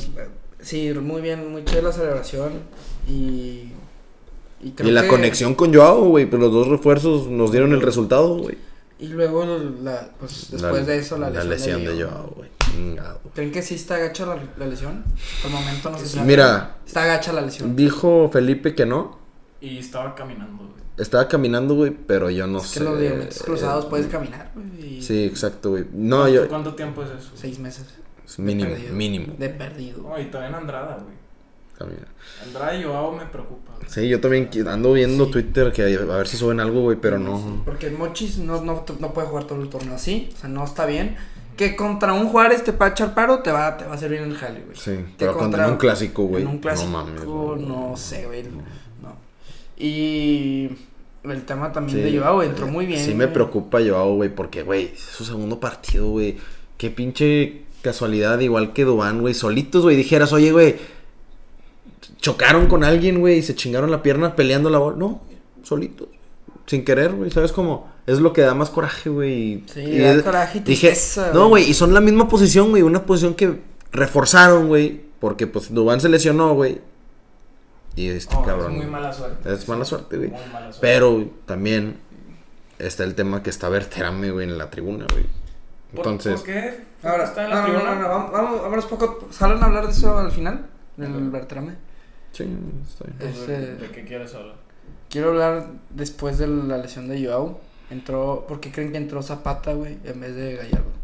S1: sí, muy bien, muy chida la celebración y y, creo
S2: Y la
S1: que-
S2: conexión con Joao, güey, pues los dos refuerzos nos dieron el resultado, güey.
S1: y luego la, pues después
S2: La-
S1: de eso la lesión, de
S2: de
S1: Leo.
S2: Joao, güey. Chingado.
S1: ¿Creen que sí está agacha la, la lesión? Por el momento no se sabe.
S2: Mira.
S1: está agacha la lesión.
S2: Dijo Felipe que no.
S3: Y estaba caminando, güey.
S2: Estaba caminando, güey, pero yo no
S1: es
S2: sé.
S1: que los ligamentos cruzados
S2: Eh,
S1: puedes caminar, güey. y
S2: Sí, exacto, güey. No, yo.
S3: ¿Cuánto tiempo es eso?
S1: Seis meses.
S2: Mínimo,
S1: perdido.
S2: mínimo.
S1: De perdido.
S3: No, y todavía en Andrada, güey.
S2: Camina.
S3: Andrada y Joao me preocupa. güey.
S2: Sí, yo también qui- ando viendo
S1: Sí.
S2: Twitter que a ver si suben algo, güey, pero no.
S1: Porque el Mochis no, no, no puede jugar todo el torneo así. O sea, no está bien. Que contra un Juárez te va a echar paro, te va, te va a servir el jale, güey.
S2: Sí,
S1: Que
S2: pero contra un clásico, güey.
S1: En un clásico,
S2: no
S1: no,
S2: mames. güey.
S1: sé, güey. No. Y el tema también
S2: Sí,
S1: de Joao güey, entró muy bien.
S2: Sí me
S1: güey.
S2: preocupa Joao, güey, porque, güey, es su segundo partido, güey. Qué pinche casualidad, igual que Dubán, güey. Solitos, güey, dijeras, oye, güey, chocaron con alguien, güey, y se chingaron la pierna peleando la bola. No, solitos. Sin querer, güey, ¿sabes cómo? Es lo que da más coraje, güey.
S1: Sí,
S2: Y
S1: da
S2: es-
S1: coraje y
S2: Dije,
S1: tristeza,
S2: no,
S1: güey.
S2: güey, y son la misma posición, güey, una posición que reforzaron, güey, porque pues Dubán se lesionó, güey. Y este
S1: Oh,
S3: No,
S2: cabrón.
S3: Es muy
S2: güey.
S3: mala suerte.
S2: Es mala suerte, güey.
S3: Muy mala suerte.
S2: Pero también está el tema que está Verterame, güey, en la tribuna, güey.
S3: ¿Por-
S2: Entonces,
S3: ¿Por qué?
S1: Ahora,
S3: está en
S1: no,
S3: la
S1: no, no,
S3: tribuna.
S1: no, no, vamos, vamos, vámonos poco. ¿Salen a hablar de eso al final? Del
S3: Ok.
S1: Bertrame.
S2: sí, está bien.
S3: Pues, ¿De,
S1: Este-
S3: de qué quieres hablar?
S1: Quiero hablar después de la lesión de Joao. Entró, ¿por qué creen que entró Zapata, güey, en vez de Gallardo?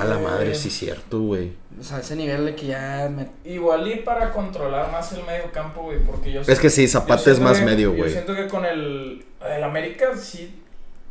S2: A la madre,
S3: Eh,
S2: sí, cierto, güey.
S1: O sea, ese nivel de que ya me...
S3: Igual y para controlar más el medio campo, güey, porque yo
S2: Es que sí, Zapata
S3: yo
S2: es
S3: siento
S2: más
S3: que-
S2: medio,
S3: Yo
S2: güey.
S3: siento que con el, el América sí,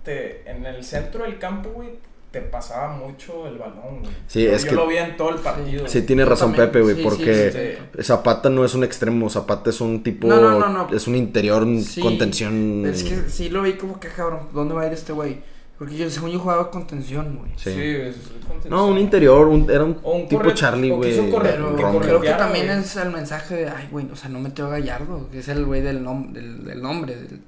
S3: te, en el centro del campo, güey, te pasaba mucho el balón, güey.
S2: Sí,
S3: Yo-
S2: es
S3: yo
S2: que-
S3: lo vi en todo el partido.
S2: Sí,
S3: güey.
S2: tiene
S1: Yo
S2: razón
S1: también.
S2: Pepe, güey,
S1: Sí, sí,
S2: porque
S1: sí,
S2: Zapata no es un extremo, Zapata es un tipo...
S1: No, no, no, no.
S2: Es un interior, un
S1: Sí,
S2: contención...
S1: Pero es que sí lo vi como que, cabrón, ¿dónde va a ir este güey? Porque yo, según yo, jugaba contención, güey.
S2: sí.
S3: güey, eso es contención.
S2: No, un interior, un- era un,
S3: O un
S2: tipo
S3: corre-
S2: Charlie,
S3: o
S2: güey.
S3: quiso correr-
S1: Pero
S2: Rommel.
S3: correr-
S1: creo que
S3: corretear,
S1: también
S3: güey.
S1: es el mensaje de, ay, güey, o sea, no metió a Gallardo, que es el güey del, nom- del, del nombre. del-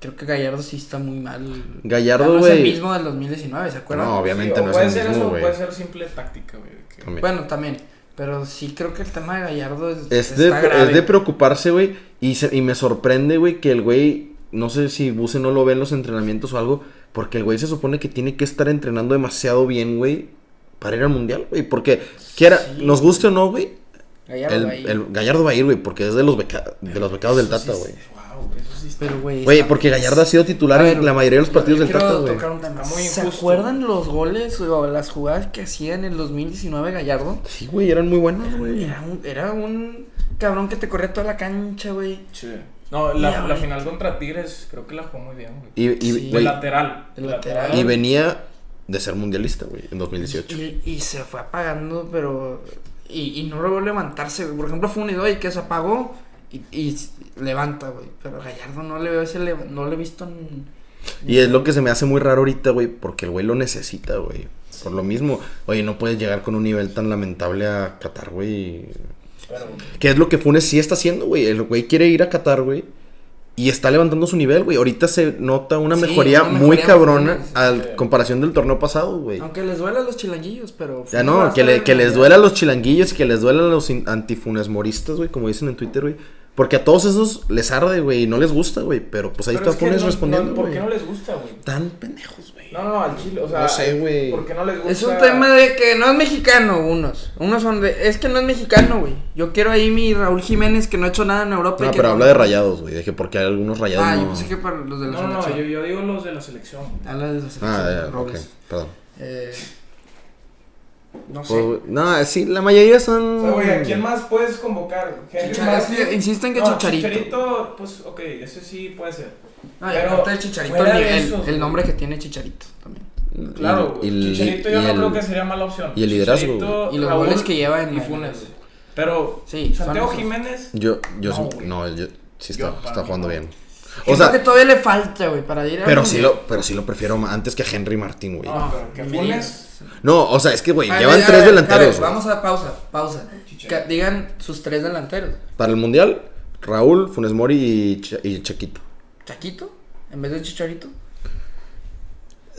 S1: Creo que Gallardo sí está muy mal.
S2: Gallardo,
S1: Ya no Es el
S2: güey.
S1: mismo del 2019, ¿se acuerdan?
S2: No, obviamente
S3: Sí, o
S2: no
S3: puede
S2: es
S3: ser
S2: el
S3: eso,
S2: mismo,
S3: o
S2: güey.
S3: puede ser simple táctica, güey. que-
S2: También.
S1: Bueno, también. Pero sí creo que el tema de Gallardo es,
S2: Es de,
S1: está grave.
S2: es de preocuparse, güey. Y, se- y me sorprende, güey, que el güey, no sé si Buse no lo ve en los entrenamientos o algo, porque el güey se supone que tiene que estar entrenando demasiado bien, güey, para ir al mundial, güey. Porque, quiera,
S1: Sí.
S2: nos guste o no, güey,
S1: Gallardo
S2: el,
S1: ahí.
S2: el Gallardo va a ir, güey, porque es de los, beca- de los becados del
S3: eso sí
S2: Tata,
S3: es-
S2: güey.
S3: Wow, eso sí está-
S1: Pero, güey.
S2: Güey,
S1: está-
S2: porque Gallardo ha sido titular
S1: A ver,
S2: en la mayoría de los
S1: yo
S2: partidos del
S1: quiero
S2: Tata, güey.
S1: tocar un tema.
S3: Está muy
S1: ¿Se
S3: injusto.
S1: acuerdan los goles o las jugadas que hacía en el 2019 Gallardo?
S2: Sí, güey, eran muy buenos, güey.
S1: Era un, era un cabrón que te corría toda la cancha, güey.
S3: Sí. No,
S1: Y
S3: la, la
S1: ahorita-
S3: final contra Tigres creo que la jugó muy bien, güey.
S2: Y, y,
S1: Sí.
S3: De
S2: güey,
S3: lateral.
S1: De
S3: de
S1: lateral.
S2: y venía de ser mundialista, güey, en 2018.
S1: Y, y se fue apagando, pero. Y, y no logró levantarse, güey. Por ejemplo, fue un idoy que se apagó y, y s- levanta, güey. Pero Gallardo no le veo ese. leva- no le he visto. en-
S2: Y es lo que se me hace muy raro ahorita, güey, porque el güey lo necesita, güey. Por lo mismo, oye, no puedes llegar con un nivel tan lamentable a Qatar, güey.
S3: Pero,
S2: ¿Qué es lo que Funes sí está haciendo, güey? El güey quiere ir a Qatar, güey. Y está levantando su nivel, güey. Ahorita se nota una
S1: Sí,
S2: mejoría
S1: una
S2: muy
S1: mejoría
S2: cabrona
S1: muy
S2: a
S3: sí.
S2: comparación del torneo pasado, güey.
S1: Aunque les duela a los chilanguillos, pero.
S2: Ya
S1: va a
S2: no, que,
S1: estar
S2: le-
S1: en
S2: que
S1: el
S2: les
S1: mundial.
S2: duela a los chilanguillos y que les duela a los in- antifunasmoristas, güey, como dicen en Twitter, güey. Porque a todos esos les arde, güey, y no les gusta, güey. Pero pues ahí
S3: Pero
S2: te
S3: es que
S2: pones
S3: no-
S2: respondiendo,
S3: no,
S2: güey.
S3: ¿Por qué no les gusta, güey?
S2: Tan pendejos, güey.
S3: No, no, al chile, o sea.
S2: No sé, güey.
S3: ¿Por qué no les gusta?
S1: Es un tema de que no es mexicano, unos. Unos son de. Es que no es mexicano, güey. Yo quiero ahí mi Raúl Jiménez que no ha hecho nada en Europa. y
S2: No,
S1: que
S2: Ah, pero habla de rayados, güey. Dije, porque hay algunos rayados.
S1: Ah, yo
S2: no...
S1: pensé que para los de la
S3: No, no,
S1: selección.
S3: yo, yo digo los de la selección. güey.
S1: Habla de la selección.
S2: Ah, ya, ok,
S1: Robles.
S2: perdón.
S1: Eh, no sé.
S2: Pues, güey, no, sí, la mayoría son.
S3: O sea, güey, ¿a quién más puedes convocar? güey? Henry
S1: Chichar- es
S3: Martin.
S1: que insisten que
S3: No,
S1: Chicharito.
S3: Chicharito, pues, ok, ese sí puede ser.
S1: No, y
S3: Pero
S1: aparte el Chicharito, el,
S3: fuera de
S1: nivel,
S3: esos,
S1: el
S3: güey.
S1: nombre que tiene Chicharito también.
S2: Y-
S3: Claro,
S2: y-
S3: güey. Chicharito yo
S2: y
S3: no
S2: el-
S3: creo que sería mala opción.
S2: y el liderazgo,
S3: Chicharito,
S1: Y los
S3: Raúl
S1: goles que lleva en
S3: y
S1: la-
S3: Funes. Pero
S1: Sí, son
S3: Santiago
S1: esos.
S3: Jiménez
S2: Yo, yo
S3: No,
S2: sí-
S3: güey.
S2: no, yo- sí está,
S3: Yo, para
S2: está
S3: mí,
S2: jugando
S3: no.
S2: bien. O
S1: O sea, que
S2: sea,
S1: todavía le falta, güey, para ir a.
S2: pero sí lo, pero sí lo prefiero más- antes que a Henry Martín, güey.
S3: No, pero que
S1: Ni
S3: Funes-
S1: digas.
S2: No, o sea, es que, güey,
S1: A
S3: Ah,
S1: ver,
S2: llevan
S1: a
S2: tres
S1: ver, a
S2: delanteros.
S1: ver,
S2: güey.
S1: Vamos a pausa, pausa.
S3: Chicharito.
S1: Que digan sus tres delanteros.
S2: Para el mundial, Raúl, Funes Mori y, Ch- y Chaquito.
S1: Chaquito, en vez de Chicharito.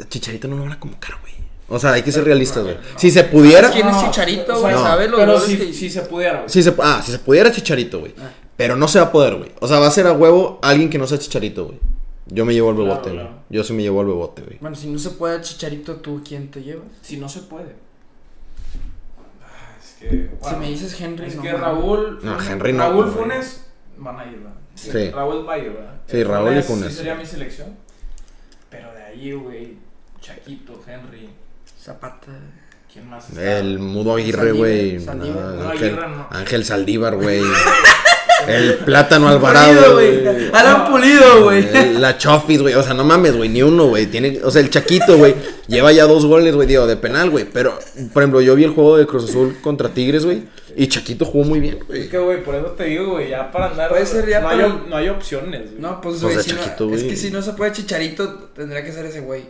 S2: Chicharito no lo van a convocar, güey. O sea, hay que ser realistas, güey. Si se pudiera.
S1: Es que- ¿Quién es
S3: No,
S1: Chicharito,
S3: o
S1: güey?
S3: sea,
S1: ¿Sabe los
S3: Pero
S1: goles
S3: si,
S1: que-
S3: si se pudiera, güey.
S2: Si se, ah, si se pudiera Chicharito, güey.
S1: Ah.
S2: Pero no se va a poder, güey. O sea, va a ser a huevo alguien que no sea Chicharito, güey. Yo me llevo al
S3: Claro,
S2: bebote, güey.
S3: claro.
S2: Yo sí me llevo al bebote, güey.
S1: Bueno, si no se puede Chicharito, ¿tú quién te llevas?
S3: Si no se puede. Ah, Es que.
S1: si
S3: bueno,
S1: me dices Henry,
S3: Es
S1: no.
S3: que
S1: mames.
S3: Raúl.
S2: No, Henry no,
S3: Raúl
S2: güey.
S3: Funes van a ir, ¿verdad?
S2: Sí.
S3: Raúl va a ir, ¿verdad?
S2: Sí, Raúl y Funes,
S3: Sí sería mi selección. Pero de ahí, güey. Chaquito, Henry.
S1: Zapata.
S3: ¿Quién más? está?
S2: El mudo Aguirre,
S1: Saldívar,
S2: güey.
S1: Saldívar.
S2: Nada,
S3: No,
S2: Ángel,
S3: Aguirre no.
S2: Ángel Saldívar, güey. El plátano
S1: Pulido,
S2: Alvarado, güey.
S1: Alan Pulido, güey.
S2: El- La Chofis, güey. O sea, no mames, güey. Ni uno, güey. Tiene, o sea, el Chaquito, güey. Lleva ya dos goles, güey. Digo, de penal, güey. Pero, por ejemplo, yo vi el juego de Cruz Azul contra Tigres, güey. Y Chaquito jugó muy bien,
S3: Es
S2: güey.
S3: que, güey, por eso te digo, güey, ya para andar.
S1: Puede ser ya
S3: no,
S1: para-
S3: hay, op- no hay opciones, güey.
S1: No, pues,
S2: Pues
S1: güey,
S2: de
S1: si no-
S2: Chaquito,
S1: es
S2: güey.
S1: que si no se puede Chicharito, tendría que ser ese güey.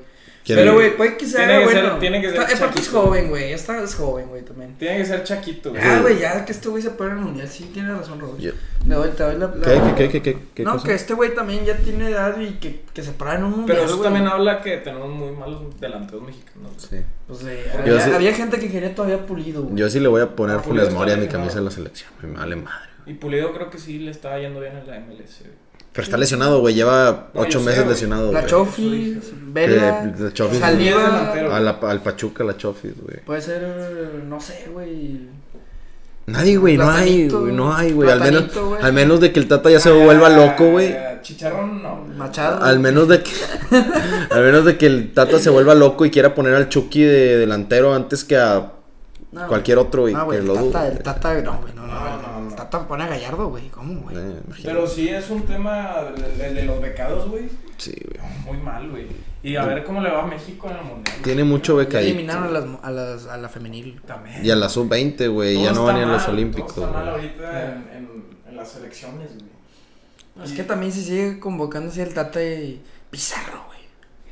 S2: ¿Quién?
S1: Pero, güey, puede que sea
S3: Tiene que
S1: bueno.
S3: ser- tiene que ser
S1: Está- es porque es
S3: Chaquito.
S1: joven, güey. Ya está, es joven, güey, también.
S3: Tiene que ser Chaquito, güey.
S1: Ah, güey, ya que este güey se puede en el mundial. Sí, tiene razón, Robert.
S2: Yo-
S1: Le doy, te doy la. la-
S2: ¿Qué, qué, qué, qué, qué, qué
S1: no,
S2: cosa?
S1: que este güey también ya tiene edad y que, que se para en un mundial.
S3: Pero eso
S1: güey.
S3: también habla que tenemos muy malos delanteros mexicanos. güey.
S2: Sí.
S1: Pues, eh,
S3: Yo
S1: había,
S2: sí-
S1: había gente que quería todavía pulido, güey.
S2: Yo sí le voy a poner
S3: Ah, Julio
S2: Funes
S3: está
S2: Mori a mi
S3: lesionado.
S2: camisa de la selección. güey, Me vale madre.
S3: Y Pulido creo que sí le estaba yendo bien en la MLS, güey.
S2: Pero está lesionado, güey. Lleva
S3: No, yo
S2: ocho
S3: sé,
S2: meses
S3: güey.
S2: lesionado,
S1: la
S2: güey.
S1: Chofi,
S3: Sí,
S1: Vela,
S2: Que la Chofis-
S1: Saldívar,
S3: Es delantero.
S2: A la- al Pachuca, la Chofis, güey.
S1: Puede ser, no sé, güey.
S2: Nadie, güey, no hay,
S1: Platanito,
S2: güey, no hay, güey. Al menos,
S1: platanito, güey.
S2: al menos de que el Tata ya se vuelva loco, güey.
S3: Ah, Chicharrón, no.
S1: Machado.
S2: Al menos de que, al menos de que el Tata se vuelva loco y quiera poner al Chucky de delantero antes que a
S3: Ah,
S1: No, güey.
S2: cualquier otro, güey.
S1: Ah,
S2: que
S1: güey, el
S2: lo dudo,
S1: Tata, el
S2: güey.
S1: Tata, no, güey, no, no,
S3: No,
S1: no,
S3: Ah, no, no.
S1: El Tata pone a Gallardo, güey, ¿cómo, güey?
S2: Eh, imagínate.
S3: Pero sí es un tema, el, el de los becados, güey.
S2: Sí, güey.
S3: Muy mal, güey. Y a ver cómo le va a México en el mundial.
S2: Tiene mucho
S1: Ya
S2: becadito.
S1: eliminaron a, las, a, las, a la femenil.
S3: También.
S2: Y a la sub-20, güey.
S3: Todo
S2: Ya no
S3: está
S2: van ni a
S3: mal,
S2: los
S3: todo
S2: Olímpicos,
S3: Está mal
S2: güey.
S3: ahorita en, en, en las elecciones, güey.
S1: Es
S3: Y-
S1: que también se sigue convocando así el Tata y Pizarro, güey.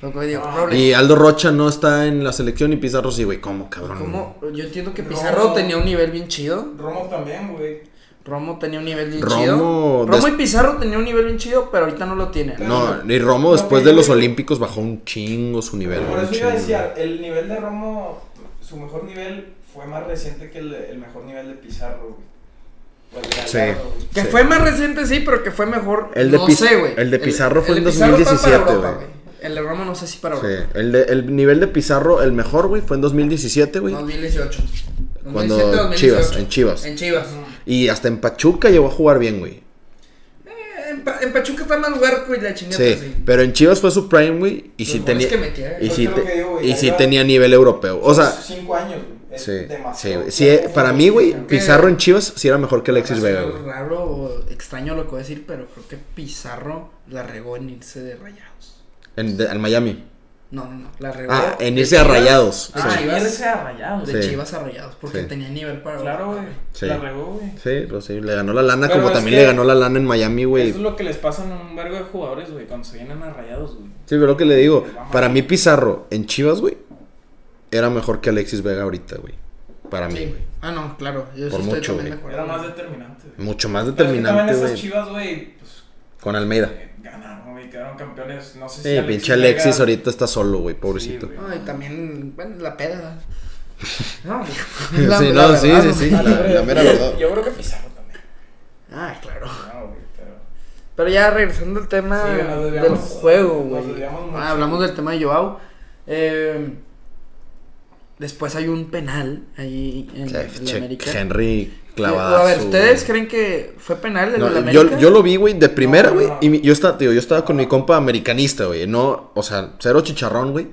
S1: Lo que digo,
S3: Ah.
S1: Robles.
S2: Y Aldo Rocha no está en la selección y Pizarro sí, güey. ¿Cómo, cabrón?
S1: ¿Cómo? Yo entiendo que
S3: No.
S1: Pizarro tenía un nivel bien chido.
S3: Romo también, güey.
S1: Romo tenía un nivel bien
S2: Romo
S1: chido. Romo
S2: des-
S1: y Pizarro tenían un nivel bien chido, pero ahorita no lo tienen.
S2: No, y Romo
S3: No,
S2: después
S3: güey,
S2: de los
S3: güey.
S2: Olímpicos bajó un chingo su nivel.
S3: Por
S2: un
S3: eso iba a
S2: chingo.
S3: decir, el nivel de Romo, su mejor nivel fue más reciente que el, el mejor nivel de Pizarro, güey. O el de
S2: Sí.
S3: Gallardo, güey.
S1: Que
S2: Sí.
S1: fue más reciente, sí, pero que fue mejor.
S2: El de
S1: no
S2: Piz-
S1: sé, güey.
S2: el de Pizarro fue
S1: el
S2: en
S1: de Pizarro fue
S2: 2017,
S1: para Europa,
S2: güey.
S1: El de Romo no sé si para Europa.
S2: Sí, el, de- el nivel de Pizarro, el mejor, güey, fue en 2017, güey.
S1: 2018.
S2: Cuando
S1: 2017, 2018.
S2: Chivas, en Chivas.
S1: En Chivas.
S2: Y hasta en Pachuca llegó a jugar bien, güey.
S1: Eh, En, Pa- en Pachuca está más huerco y la chingada
S2: Sí,
S1: así.
S2: pero en Chivas fue su prime, güey. Y
S1: Los
S2: sí
S1: goles
S2: tenía.
S1: que metía,
S2: Y
S1: eh.
S3: es
S2: sí,
S3: lo
S2: te-
S3: que digo, güey,
S2: y
S3: ahí
S2: sí
S3: va.
S2: tenía nivel europeo. O sea,
S3: Cinco años, güey. Es
S2: sí, sí,
S3: demasiado.
S2: güey. Sí, eh, para mí, güey,
S1: Creo que-
S2: Pizarro en Chivas sí era mejor que Alexis
S1: Va a
S2: Vega,
S1: ser
S2: güey.
S1: raro o extraño lo que voy a decir, pero creo que Pizarro la regó en irse de rayados.
S2: En, de- en Miami.
S1: No, no, no. La regó.
S2: Ah, en
S1: de
S2: irse a
S1: Chivas-
S2: rayados.
S1: Ah,
S2: sí.
S1: Chivas.
S3: irse a rayados.
S1: De
S2: Sí.
S1: Chivas a rayados, porque
S2: Sí.
S1: tenía nivel para.
S3: Claro, güey.
S2: Sí.
S3: La regó, güey.
S2: Sí, lo sí, le ganó la lana,
S3: Pero
S2: como
S3: es
S2: también
S3: que-
S2: le ganó la lana en Miami, güey.
S3: Eso es lo que les pasa a un vergo de jugadores, güey, cuando se vienen a rayados, güey.
S2: Sí, pero lo que le digo, para mí Pizarro en Chivas, güey, era mejor que Alexis Vega ahorita, güey. Para mí,
S1: Sí,
S2: güey.
S1: güey. Ah, no, claro. Yo sí
S2: Por
S1: estoy
S2: mucho,
S1: también de
S2: güey.
S1: acuerdo.
S3: Era más determinante, güey.
S2: Mucho más
S3: Pero es que
S2: determinante,
S3: también esas
S2: güey.
S3: chivas, güey, pues,
S2: con Almeida.
S3: Eh, Ganaron, güey, quedaron campeones. No sé si.
S2: Sí, pinche Alexis ahorita está solo, güey, pobrecito.
S3: güey.
S1: No, y también, bueno, la peda. No,
S2: Sí,
S1: la- la
S2: no, sí,
S1: verdad,
S2: sí,
S1: ¿no?
S2: sí,
S3: Ah,
S2: la, la mera verdad.
S3: Yo creo que Pizarro también.
S1: Ah, claro.
S3: No, güey, pero.
S1: Pero ya regresando al tema
S3: Sí, nos desviamos,
S1: del juego,
S3: nos
S1: güey.
S3: desviamos mucho.
S1: Ah, hablamos del tema de Joao. Eh, después hay un penal ahí en,
S2: Que
S1: el
S2: che-
S1: América. Eh,
S2: Henry clavada.
S1: a ver, ¿ustedes creen que fue penal el del América?
S2: yo, yo lo vi, güey, de primera,
S3: No,
S2: güey.
S3: no.
S2: Y mi- yo estaba, tío, yo estaba con mi compa americanista, güey. No, o sea, cero chicharrón, güey.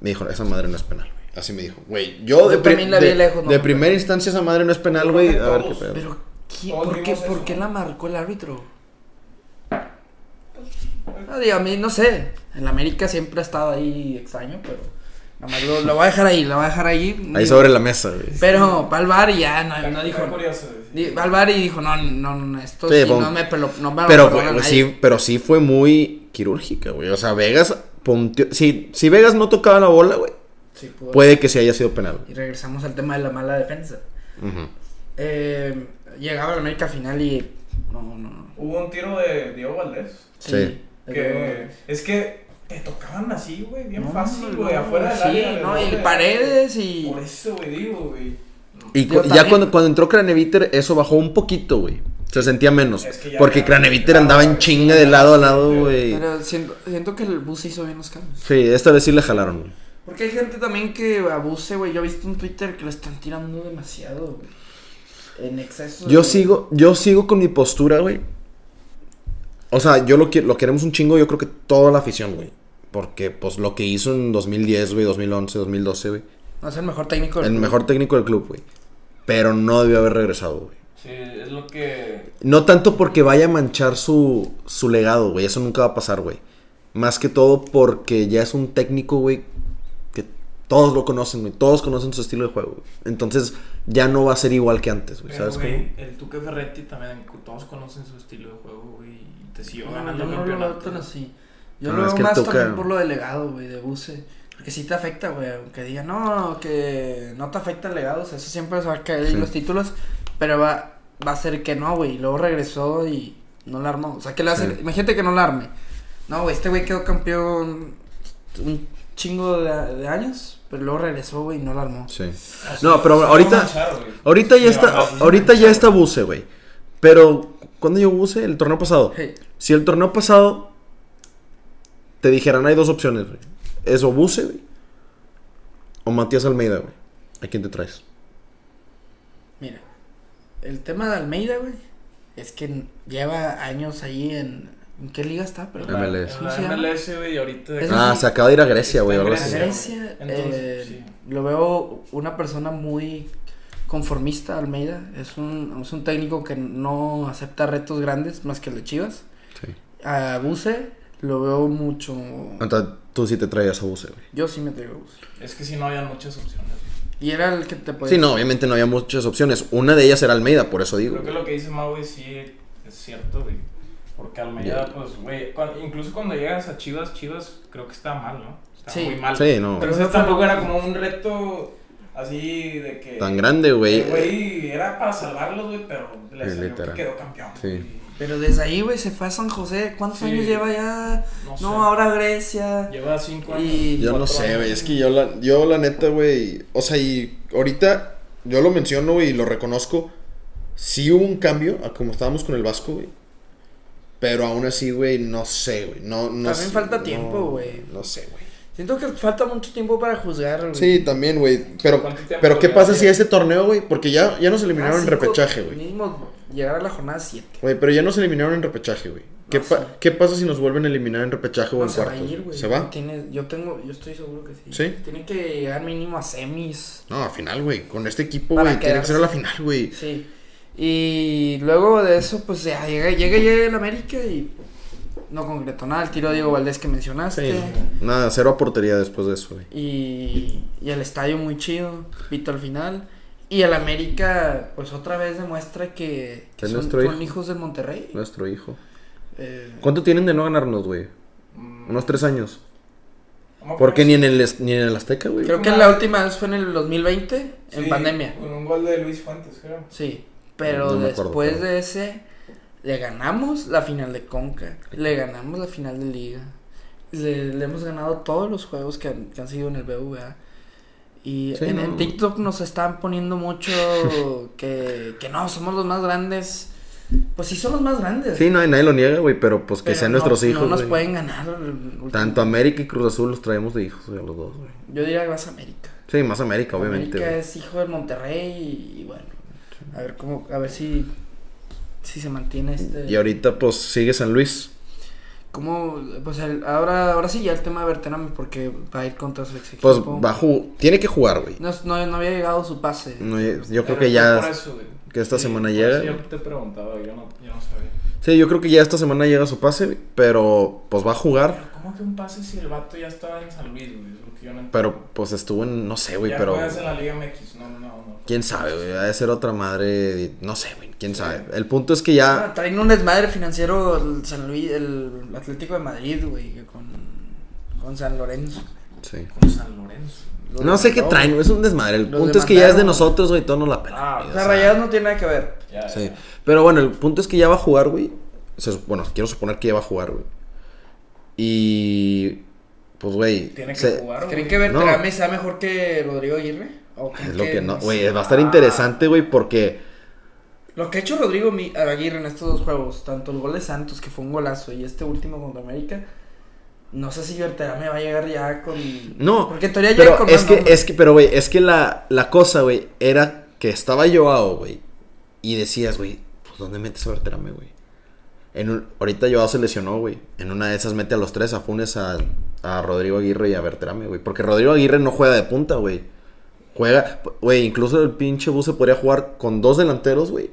S2: Me dijo, esa madre no es penal, güey. Así me dijo, güey. Yo,
S1: Yo
S2: de, pri-
S1: también la vi
S2: de-
S1: lejos, no,
S2: de
S1: no,
S2: primera instancia esa madre no es penal,
S3: Yo
S2: güey.
S3: creo que
S2: A ver qué
S3: todos,
S2: pedo.
S1: Pero, ¿qué-
S3: Todos
S1: ¿por, qué,
S3: vimos
S1: por
S3: eso.
S1: qué la marcó el árbitro?
S3: Pues,
S1: No, digo, a mí no sé. El América siempre ha estado ahí extraño, pero. Nada más lo, lo voy a dejar ahí, lo voy a dejar ahí.
S2: Ahí
S1: Digo,
S2: sobre la mesa, güey.
S1: Pero para el bar y ya no, no
S3: Está-
S1: dijo.
S3: está curioso, güey.
S1: Di- Va al bar y dijo, no, no, no, esto
S2: Sí,
S1: sí,
S2: fue un-
S1: no me pelo, no me lo
S2: Pero,
S1: peló a
S2: güey,
S1: nadie.
S2: sí, pero sí fue muy quirúrgica, güey. O sea, Vegas punteó- Si, si Vegas no tocaba la bola, güey,
S1: Sí, pudo.
S2: puede que sí haya sido penal.
S1: Y regresamos al tema de la mala defensa.
S2: güey. Ujú.
S1: Eh, llegaba la América final y no, no, no.
S3: Hubo un tiro de Diego Valdés.
S2: Sí.
S3: Que es que te tocaban así, güey, bien
S1: No,
S3: fácil,
S1: no,
S3: güey, afuera del
S1: Sí,
S3: área. del
S1: no, y
S3: gol,
S1: paredes y
S3: Por eso, güey, digo, güey.
S2: Y
S1: Digo,
S2: cu- ya
S1: también-
S2: cuando, cuando entró Craneviter, eso bajó un poquito, güey. Se sentía menos.
S3: Es que ya-
S2: porque Craneviter andaba en chinga de lado a lado, güey.
S1: pero siento, siento que el bus hizo bien los cambios.
S2: Sí, esta vez sí le jalaron, güey.
S1: Porque hay gente también que abuse, güey. Yo he visto en Twitter que lo están tirando demasiado, güey. En exceso.
S2: Yo
S1: güey.
S2: sigo, yo sigo con mi postura, güey. O sea, yo lo, qui- lo queremos un chingo, yo creo que toda la afición, güey. Porque, pues, lo que hizo en 2010, güey, 2011, 2012, güey.
S1: No es el mejor técnico. del
S2: El
S1: club.
S2: mejor técnico del club, güey. Pero no debió haber regresado, güey.
S3: Sí, es lo que.
S2: No tanto porque vaya a manchar su, su legado, güey. Eso nunca va a pasar, güey. Más que todo porque ya es un técnico, güey, que todos lo conocen, güey. Todos conocen su estilo de juego. güey. Entonces ya no va a ser igual que antes, güey.
S3: Pero,
S2: Pues, ¿Sabes
S3: eh, güey,
S2: cómo?
S3: el Tuque Ferretti también, todos conocen su estilo de juego, güey, y te siguió
S1: No,
S3: ganando
S1: yo no lo veo
S3: campeonato.
S1: tan así. Yo
S2: No,
S1: lo
S2: es
S1: veo
S2: que el
S1: más
S2: Tuca-
S1: también por lo delegado, güey, de Buse. Porque sí te afecta, güey. Aunque diga, no, que no te afecta el legado. O sea, eso siempre se va a caer
S2: Sí.
S1: en los títulos. Pero va, va a ser que no, güey. Y Luego regresó y no la armó. O sea, que le hace.
S2: Sí.
S1: Imagínate que no la arme. No, güey, este güey quedó campeón un chingo de, de años. Pero luego regresó, güey, y no la armó.
S2: Sí.
S3: Así,
S2: No, pero
S3: así lo
S2: ahorita-
S3: mancharon, güey.
S2: Ahorita ya
S3: Sí,
S2: está,
S3: ajá, sí,
S2: ahorita
S3: sí,
S2: ya
S3: sí.
S2: está Buse, güey. Pero, ¿cuándo yo Buse? El torneo pasado.
S1: Hey,
S2: Si el torneo pasado te dijeran, hay dos opciones, güey. Es o Buse, güey. O Matías Almeida, güey. ¿A quién te traes?
S1: mira. El tema de Almeida, güey. Es que lleva años ahí en. ¿En qué liga está? Perdón.
S3: La-
S2: MLS.
S1: ¿Cómo se
S3: La
S1: llama?
S3: MLS, güey, y ahorita.
S1: Eso
S2: Ah,
S1: sí.
S2: se acaba de ir a Grecia, güey.
S3: Está en
S2: algo
S1: A
S2: así.
S3: Grecia.
S1: Grecia,
S3: Entonces,
S1: eh,
S3: sí.
S1: lo veo una persona muy conformista, Almeida. Es un, es un técnico que no acepta retos grandes más que el de Chivas.
S2: Sí.
S1: A Buse lo veo mucho.
S2: Entonces, tú sí te traías a Buse, güey.
S1: Yo sí me traigo a Buse.
S3: Es que si no había muchas opciones. güey.
S1: Y era el que te podía.
S2: Sí, no, obviamente no había muchas opciones. Una de ellas era Almeida, por eso digo.
S3: Creo que
S2: güey.
S3: lo que dice Mau, güey, sí es cierto, güey. Porque Almeida,
S2: Ya.
S3: pues, güey, cuan- incluso cuando llegas a Chivas, Chivas creo que está mal, ¿no? Está
S1: Sí.
S3: muy mal.
S2: Sí, no.
S3: Entonces tampoco era como un reto así de que.
S2: Tan grande, güey.
S3: El Güey, era para salvarlos, güey, pero le
S2: Sí,
S3: salió que
S2: literal.
S3: quedó campeón.
S2: Sí.
S3: güey.
S1: Pero desde ahí, güey, se fue a San José. ¿Cuántos
S3: Sí.
S1: años lleva ya?
S3: No,
S1: No,
S3: sé.
S1: ahora Grecia.
S3: Lleva cinco años.
S1: Y.
S2: Yo no
S3: Cuatro
S2: sé,
S3: años.
S2: güey. Es que yo la, yo la neta, güey. O sea, y ahorita yo lo menciono güey, y lo reconozco. Sí hubo un cambio a como estábamos con el Vasco, güey. Pero aún así, güey, no sé, güey. No, no
S1: También
S2: sé,
S1: falta
S2: no,
S1: tiempo, güey.
S2: No sé, güey.
S1: Siento que falta mucho tiempo para juzgar, güey.
S2: Sí, también, güey. Pero,
S3: ¿Cuánto tiempo
S2: pero ¿qué
S3: le
S2: pasa
S3: daría?
S2: si ese torneo, güey? Porque ya, ya nos eliminaron
S1: Ah,
S2: en
S1: cinco,
S2: repechaje, güey.
S1: Mínimo llegar a la jornada 7.
S2: Güey, pero ya nos eliminaron en repechaje, güey. ¿Qué,
S1: No
S2: pa-
S1: sé.
S2: ¿Qué pasa si nos vuelven a eliminar en repechaje o
S1: Ah, No,
S2: en
S1: se va a
S2: cuartos?
S1: ir, güey.
S2: ¿Se va?
S1: Tiene- yo tengo, yo estoy seguro que sí.
S2: ¿Sí?
S1: Tiene que llegar mínimo a semis.
S2: No, al final, güey. Con este equipo,
S1: Para
S2: güey. Tiene que
S1: quedarse.
S2: ser a la final, güey.
S1: Sí. Y luego de eso, pues ya llega, llega, llega el América y no concretó nada. El tiro de Diego Valdés que mencionaste.
S2: Sí. Nada, cero a portería después de eso, güey.
S1: Y, y el estadio muy chido. Pito al final. Y el América, pues otra vez demuestra que, que
S2: Es
S1: son,
S2: nuestro hijo.
S1: son hijos del Monterrey.
S2: Nuestro hijo.
S1: Eh,
S2: ¿Cuánto tienen de no ganarnos, güey?
S3: Mm,
S2: Unos tres años.
S3: no me acuerdo
S2: Porque
S3: si-
S2: ni en el, es- ni en el Azteca, güey.
S1: creo que la última vez fue en el 2020,
S3: sí,
S1: en pandemia.
S3: Con un gol de Luis Fuentes, creo.
S1: Sí, pero
S2: No me acuerdo,
S1: después
S2: pero-
S1: de ese Le ganamos la final de Conca. Le ganamos la final de Liga. Le, le hemos ganado todos los juegos que han, que han sido en el BVA. Y
S2: Sí,
S1: en,
S2: no.
S1: en TikTok nos están poniendo mucho que, que no, somos los más grandes. Pues sí, son los más grandes.
S2: Sí, no, nadie lo niega, güey, pero pues que
S1: pero
S2: sean
S1: no-
S2: nuestros hijos.
S1: No nos
S2: güey.
S1: pueden ganar. el-
S2: Tanto América y Cruz Azul los traemos de hijos, güey, a los dos, güey.
S1: Yo diría que vas a América.
S2: Sí, más América, obviamente.
S1: América
S2: güey.
S1: es hijo del Monterrey y, y bueno. A ver cómo, a ver si, si se mantiene este.
S2: Y ahorita, pues, sigue San Luis.
S1: ¿Cómo? Pues el- ahora, ahora sí ya el tema de Berterame porque va a ir contra su ex
S2: Pues,
S1: equipo.
S2: va a ju- tiene que jugar, güey.
S1: No, no, no había llegado su pase.
S2: No, yo- yo creo
S3: Pero
S2: que
S3: fue
S2: ya...
S3: por eso, güey.
S2: que esta semana
S3: por
S2: llega.
S3: eso Yo te preguntaba, yo no, yo no sabía.
S2: Sí, yo creo que ya esta semana llega su pase, güey, pero pues va a jugar.
S3: Pero, ¿cómo que un pase si el vato ya estaba en San Luis, güey? Es lo que yo no entiendo.
S2: Pero pues estuvo en, no sé, güey,
S3: ya
S2: pero...
S3: juegas en la Liga MX, no, no, no.
S2: ¿Quién sabe, güey? Ha de ser otra madre... No sé, güey, quién sabe. El punto es que ya...
S1: Ah, traen un desmadre financiero el San Luis, el Atlético de Madrid, güey, que con, con San Lorenzo.
S2: Sí.
S3: Con San Lorenzo.
S1: Los
S2: No sé qué
S1: demandaron.
S2: traen, güey, es un desmadre. El
S1: Los
S2: punto es que ya es de
S1: demandaron.
S2: nosotros, güey, todo nos la pela.
S3: Ah,
S2: güey,
S1: O
S2: o
S1: sea,
S2: sea,
S1: Rayados no tiene nada que ver.
S3: Ya,
S2: Sí.
S3: ya.
S2: Pero bueno, el punto es que ya va a jugar, güey. Se sup- bueno, quiero suponer que ya va a jugar, güey. Y... Pues, güey...
S3: Tiene que
S2: se-
S3: jugar,
S1: ¿Creen
S3: güey.
S1: que
S2: No.
S1: Berterame sea mejor que Rodrigo Aguirre? ¿O creen
S2: Es lo que no... Güey,
S1: sé?
S2: va a
S3: Ah.
S2: estar interesante, güey, porque...
S1: Lo que ha hecho Rodrigo Mi- Aguirre en estos dos juegos, tanto el gol de Santos, que fue un golazo, y este último contra América, no sé si Berterame va a llegar ya con...
S2: No,
S1: Porque en teoría llega
S2: Pero
S1: con
S2: es
S1: más
S2: que,
S1: nombres.
S2: es que, pero güey, es que la, la cosa, güey, era que estaba Joao, güey, y decías, güey, pues ¿dónde metes a Berterame, güey? En un- ahorita Joao se lesionó, güey. En una de esas mete a los tres, a Funes, a, a Rodrigo Aguirre y a Berterame, güey. Porque Rodrigo Aguirre no juega de punta, güey. Juega, güey, incluso el pinche bus se podría jugar con dos delanteros, güey.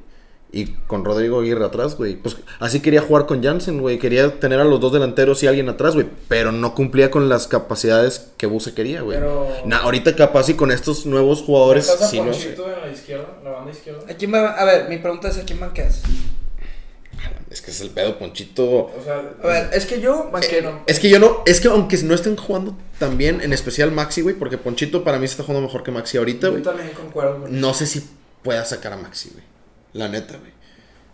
S2: Y con Rodrigo Aguirre atrás, güey. Pues así quería jugar con Jansen, güey. Quería tener a los dos delanteros y alguien atrás, güey. Pero no cumplía con las capacidades que Buse quería, güey.
S3: Pero-
S2: Nah, ahorita capaz y con estos nuevos jugadores,
S3: ¿Estás a
S2: sí, no sé.
S3: Ponchito en la izquierda, la banda izquierda?
S1: ¿A, quién va- a ver, mi pregunta es, ¿a quién banqueas?
S2: Es que es el pedo, Ponchito.
S3: O sea,
S1: A ver, es que yo banquero.
S2: Eh, Es que yo no, es que aunque no estén jugando tan bien, en especial Maxi, güey, porque Ponchito para mí se está jugando mejor que Maxi ahorita,
S1: yo
S2: güey.
S1: también concuerdo con
S2: No sé si pueda sacar a Maxi, güey. La neta, güey.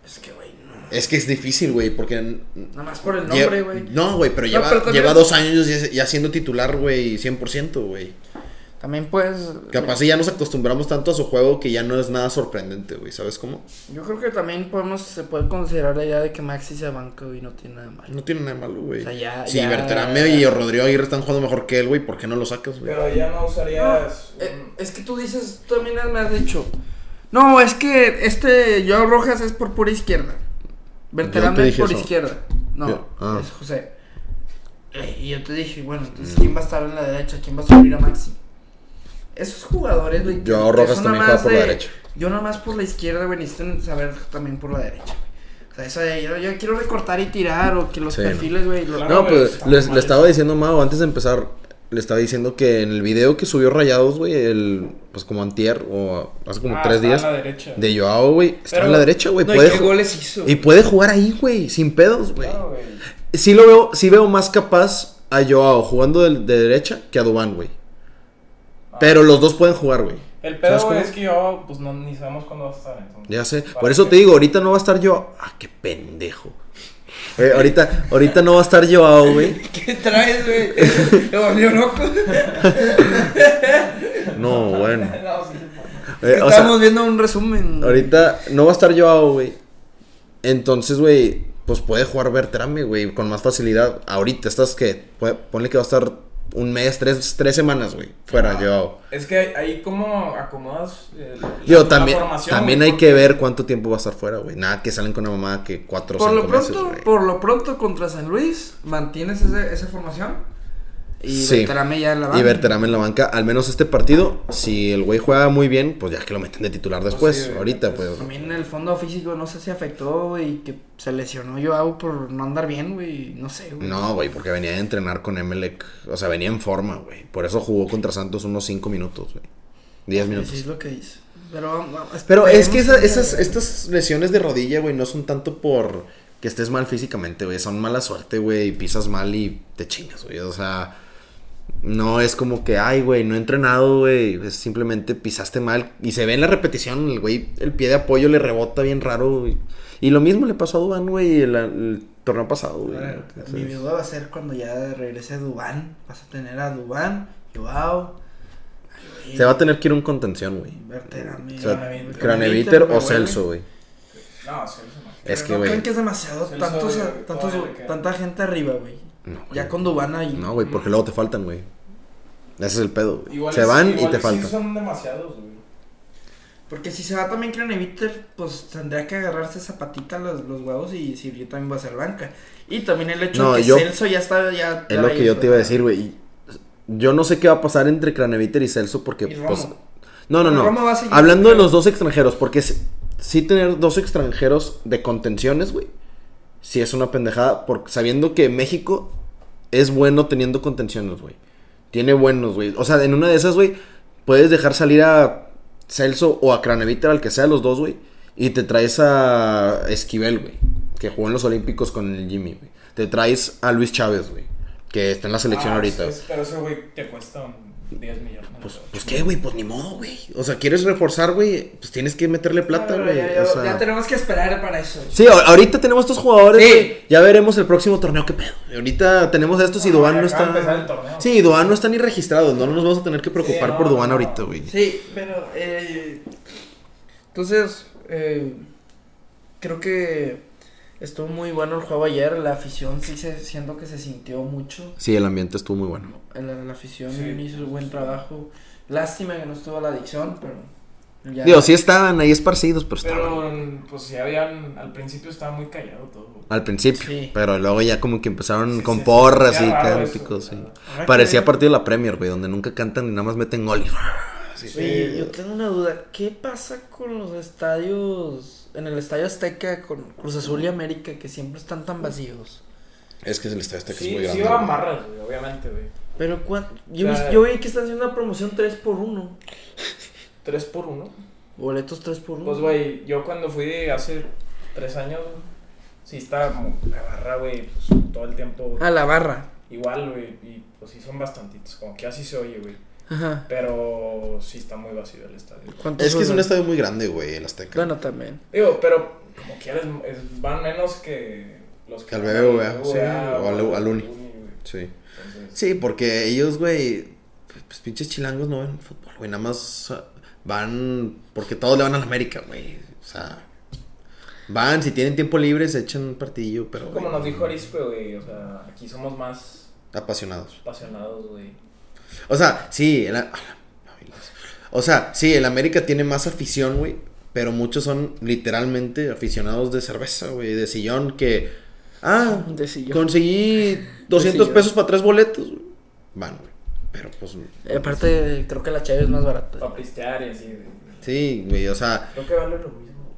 S1: Es que, güey, no.
S2: Es que es difícil, güey, porque... n-
S1: Nada más por el
S2: lle-
S1: nombre, güey.
S2: No, güey, pero
S1: No,
S2: lleva,
S1: pero también-
S2: lleva dos años ya, ya siendo titular, güey, 100%, güey.
S1: También pues...
S2: Capaz y ya nos acostumbramos tanto a su juego que ya no es nada sorprendente, güey, ¿sabes cómo?
S1: Yo creo que también podemos, se puede considerar la idea de que Maxi sea banco y no tiene nada de malo.
S2: No tiene nada de malo, güey.
S1: O sea, ya-
S2: si
S1: ya-
S2: Berterame y Rodrigo Aguirre están jugando mejor que él, güey, ¿por qué no lo sacas, güey?
S3: Pero ya no usarías.
S1: No, eh,
S3: un-
S1: es que tú dices, tú también me has dicho. No, es que este Joao Rojas es por pura izquierda.
S2: Yo te
S1: Berterame es
S2: dije
S1: por
S2: eso.
S1: izquierda. No,
S2: Yo- ah.
S1: es José. Eh, y yo te dije, bueno, entonces ¿quién va a estar en la derecha? ¿Quién va a subir a Maxi? Esos jugadores, güey. que-
S2: Joao
S1: que
S2: Rojas
S1: son
S2: también
S1: nada
S2: juega
S1: más
S2: por la
S1: de-
S2: derecha.
S1: Yo nada más por la izquierda, güey, necesitan saber también por la derecha, güey. O sea, eso de yo, yo quiero recortar y tirar o que los
S2: Sí, no.
S1: perfiles, güey. lo-
S3: Claro.
S2: No,
S3: güey,
S2: pues
S3: está
S2: les- le
S3: mal
S2: estaba
S3: eso.
S2: diciendo Mao antes de empezar. Le estaba diciendo que en el video que subió Rayados, güey, el. Pues como Antier, o hace como
S3: Ah,
S2: tres
S3: está
S2: días.
S3: a la derecha.
S2: De Joao, güey. Está
S3: Pero-
S2: en la derecha, güey.
S1: No, ¿y
S2: puede
S1: qué
S2: ju-
S1: goles hizo?
S2: y puede jugar ahí, güey. Sin pedos, güey.
S3: Claro, güey.
S2: Sí lo veo, sí veo más capaz a Joao jugando de, de derecha que a Dubán, güey. Pero los dos pueden jugar, güey.
S3: El
S2: ¿Sabes
S3: pedo güey,
S2: cómo?
S3: es que yo, pues no, ni sabemos cuándo va a estar. Entonces.
S2: Ya sé.
S3: Para
S2: Por eso
S3: que-
S2: te digo, ahorita no va a estar Joao. Ah, qué pendejo. Güey, ahorita, ahorita no va a estar Joao, güey.
S1: ¿Qué traes, güey? Te volvió loco.
S2: No, bueno.
S3: No, sí.
S2: Eh, o sea,
S1: Estamos viendo un resumen.
S2: Ahorita no va a estar Joao, güey. Entonces, güey, pues puede jugar Bertrame, güey, con más facilidad. Ahorita estás que, pue- ponle que va a estar un mes, tres, tres semanas, güey, fuera Joao.
S3: Es que ahí- ahí como acomodas. eh, la-
S2: Yo
S3: la
S2: también,
S3: formación,
S2: también
S3: güey,
S2: hay que
S3: porque-
S2: ver cuánto tiempo va a estar fuera, güey. Nada que salen con una mamada que cuatro o
S1: por
S2: cinco
S1: lo pronto,
S2: meses, güey.
S1: por lo pronto contra San Luis, mantienes ese- esa formación. Y
S2: Sí.
S1: Berterame ya en la
S2: Y
S1: banda.
S2: Berterame en la banca, al menos este partido, si el güey juega muy bien, pues ya que lo meten de titular después.
S3: sí, güey,
S2: Ahorita, pues.
S3: pues,
S1: También el fondo físico no sé si afectó, güey, que se lesionó yo por no andar bien, güey, no sé, güey.
S2: No, güey, porque venía de entrenar con Emelec. O sea, venía en forma, güey. Por eso jugó contra Santos unos 5 minutos, güey. 10
S1: Sí,
S2: minutos.
S1: es lo que dice. Pero, vamos,
S2: Pero es que esa-
S1: esperemos
S2: esas, estas lesiones de rodilla, güey, no son tanto por que estés mal físicamente, güey. Son mala suerte, güey. Pisas mal y te chingas, güey. O sea, No es como que, ay, güey, no he entrenado, güey. Es simplemente pisaste mal. Y se ve en la repetición, el güey, el pie de apoyo le rebota bien raro, güey. Y lo mismo le pasó a Duan, güey, el, el torneo pasado, güey.
S1: Ahora,
S2: Entonces,
S1: mi duda va a ser cuando ya regrese Dubán. Vas a tener a Dubán, Joao. ay, güey,
S2: se va a tener que ir un contención, güey.
S1: Verter, amigo,
S2: O sea,
S1: Craneviter,
S2: Craneviter
S1: güey,
S2: o
S1: güey.
S2: Celso, güey.
S3: No, Celso no.
S1: Pero
S2: Es que,
S1: ¿no
S2: güey.
S1: creen que es demasiado
S3: Celso,
S1: tantos, eh,
S3: güey,
S1: tantos-
S3: todavía le queda.
S1: tanta gente arriba, güey.
S2: No, güey.
S1: Ya con Dubán ahí.
S2: No, güey, porque luego te faltan, güey. Ese es el pedo, güey.
S3: Igual
S2: Se
S3: es-
S2: van y
S3: igual
S2: te
S3: sí
S2: faltan.
S3: son demasiados, güey.
S1: Porque si se va también Craneviter, pues tendría que agarrarse zapatita los, los huevos y si yo también va a ser banca. Y también el hecho
S2: No,
S1: de que
S2: yo-
S1: Celso ya está. Ya,
S2: Es lo que yo te iba a decir, güey. Y Yo no sé qué va a pasar entre Craneviter y Celso porque,
S1: Y Romo.
S2: pues. No, no,
S1: Bueno,
S2: no.
S1: Romo va a seguir,
S2: Hablando de
S1: pero-
S2: los dos extranjeros, porque si- sí tener dos extranjeros de contenciones, güey. Sí es una pendejada, porque sabiendo que México es bueno teniendo contenciones, güey. Tiene buenos, güey. O sea, en una de esas, güey, puedes dejar salir a Celso o a Craneviter, al que sea de los dos, güey. Y te traes a Esquivel, güey. Que jugó en los Olímpicos con el Jimmy, güey. Te traes a Luis Chávez, güey. Que está en la selección
S3: Ah,
S2: ahorita.
S3: es- pero ese güey te cuesta un 10 millones.
S2: Pues, pues qué, güey, pues ni modo, güey. O sea, quieres reforzar, güey, pues tienes que meterle plata,
S1: No,
S2: güey.
S1: ya, ya-
S2: o sea-
S1: ya tenemos que esperar para eso.
S2: Sí, a- ahorita tenemos estos jugadores,
S1: Sí.
S2: güey. Ya veremos el próximo torneo, qué pedo. Ahorita tenemos a estos y
S3: No,
S2: Duan
S3: Ah, ya
S2: no
S3: acaba de empezar el
S2: está.
S3: torneo.
S2: Sí, Duan no está ni registrado. No nos vamos a tener que preocupar
S3: no,
S2: por Duan
S3: no.
S2: ahorita, güey.
S1: Sí, pero. eh, entonces, eh, creo que estuvo muy bueno el juego ayer. La afición sí se, siento que se sintió mucho.
S2: Sí, el ambiente estuvo muy bueno.
S1: La, la afición
S3: Sí.
S1: hizo buen trabajo. Lástima que no estuvo la adicción, pero. ya-
S2: Digo, sí estaban ahí esparcidos, pero estaban.
S3: Pero pues sí habían, al principio estaba muy callado todo. güey.
S2: Al principio.
S1: Sí.
S2: Pero luego ya como que empezaron
S3: Sí,
S2: con
S3: sí, sí.
S2: porras
S3: Era
S2: y
S3: raro
S2: cada
S3: eso, Ah,
S2: pico, sí.
S3: ¿verdad?
S1: Ahora
S2: Parecía
S1: que-
S2: partido de la Premier, güey, donde nunca cantan y nada más meten gol. y-
S1: Oye, yo tengo una duda. ¿Qué pasa con los estadios? En el estadio Azteca, con Cruz Azul y América, que siempre están tan vacíos.
S2: Es que el estadio Azteca
S3: Sí, sí iban marras, güey, obviamente, güey.
S1: Pero, cuan- yo,
S3: O sea-
S1: yo vi que están haciendo una promoción 3x1.
S3: 3 por 1.
S1: Boletos
S2: Mm.
S1: 3x1.
S3: Pues, güey, yo cuando fui hace 3 años, sí estaba como la barra, güey, pues todo el tiempo
S1: A la barra.
S3: igual, güey. Y pues sí son bastantitos, como que así se oye, güey.
S1: Ajá.
S3: Pero sí está muy vacío el estadio.
S1: ¿Cuántos
S2: Es que es un
S1: juegan?
S2: estadio muy grande, güey, el Azteca.
S1: Bueno, también.
S3: Digo, pero como quieras, es- van menos que los que.
S2: Al
S3: van
S2: BBVA,
S3: al
S2: sí, o al-
S3: o
S2: al Uni.
S3: güey.
S2: Sí.
S3: Entonces,
S2: Sí, porque ellos, güey, pues pinches chilangos no ven fútbol, güey, nada más ah, van porque todos le van a la América, güey. O sea, van, si tienen tiempo libre se echan un partidillo, pero
S3: Como
S2: güey,
S3: nos dijo Arispe, güey, o sea, aquí somos más
S2: apasionados.
S3: apasionados, güey.
S2: O sea, sí, el, a- o sea, sí, el América tiene más afición, güey, pero muchos son literalmente aficionados de cerveza, güey, de sillón que ah,
S1: De sillón.
S2: Conseguí 200
S1: sillón.
S2: pesos para tres boletos. güey. Van, güey. Pero pues.
S1: Eh, Aparte, creo que la chave es más barata.
S3: Para pistear y así, güey.
S2: Sí, güey, o sea,
S3: Creo que vale lo mismo,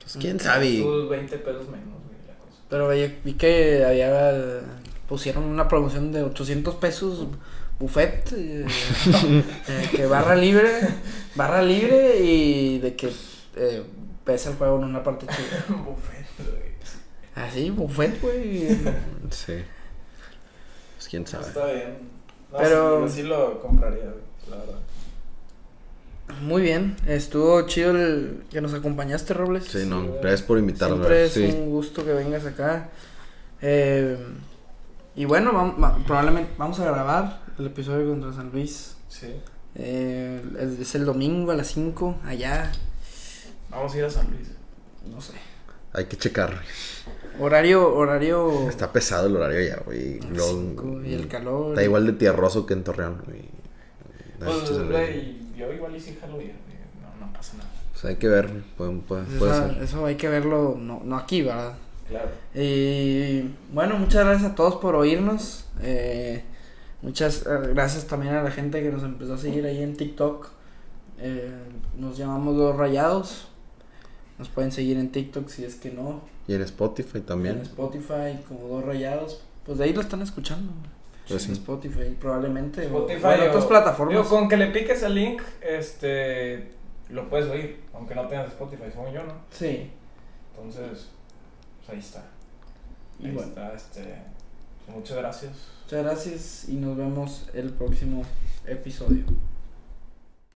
S2: pues
S1: Mm,
S2: quién
S3: güey.
S2: sabe.
S3: Tus 20 pesos menos, güey, la cosa.
S1: Pero oye, vi que había. eh, Pusieron una promoción de 800 pesos. Buffet. eh, eh, que barra libre. Barra libre y de que. Eh, pesa el juego en una parte chida.
S3: Buffet, güey.
S1: Así, buffet, güey.
S2: Sí. Pues quién sabe.
S3: Está bien. No,
S1: Pero-
S3: pero... sí, yo sí lo compraría, güey, la verdad.
S1: Muy bien. Estuvo chido el que nos acompañaste, Robles.
S2: Sí, no, gracias por invitarme.
S1: Siempre es
S2: sí.
S1: un gusto que vengas acá. Eh, y bueno, vam- va- probablemente vamos a grabar el episodio contra San Luis.
S3: Sí.
S1: Eh, es, es el domingo a las 5, allá,
S3: Vamos a ir a San Luis.
S1: no sé.
S2: Hay que checar.
S1: Horario, horario.
S2: Está pesado el horario ya, güey.
S1: a las
S2: Luego,
S1: Ah,
S2: mm,
S1: cinco, y el calor.
S2: Está igual de tierroso que en Torreón, güey.
S3: Pues, güey, yo igual y sí jalo bien, güey. No, no pasa nada.
S2: Pues hay que ver, güey, puede, puede-
S1: Eso-
S2: puede
S1: eso,
S2: ser.
S1: hay que verlo, no, no aquí, ¿verdad?
S3: Claro.
S1: Y bueno, muchas gracias a todos por oírnos. Eh, muchas eh, gracias también a la gente que nos empezó a seguir ahí en TikTok. Eh, nos llamamos Los Rayados. Nos pueden seguir en TikTok si es que no.
S2: Y en Spotify
S1: En
S2: también.
S1: Spotify como Dos Rayados. Pues de ahí lo están escuchando.
S2: Pues
S1: En
S2: sí.
S1: Spotify probablemente. o-
S3: Spotify
S1: o en
S3: o-
S1: otras plataformas.
S3: Digo, con que le piques al link, este, lo puedes oír, aunque no tengas Spotify, según yo, ¿no?
S1: Sí.
S3: Entonces, pues ahí está.
S1: Y
S3: Ahí
S1: bueno.
S3: está, este, Muchas gracias.
S1: Muchas gracias y nos vemos el próximo episodio.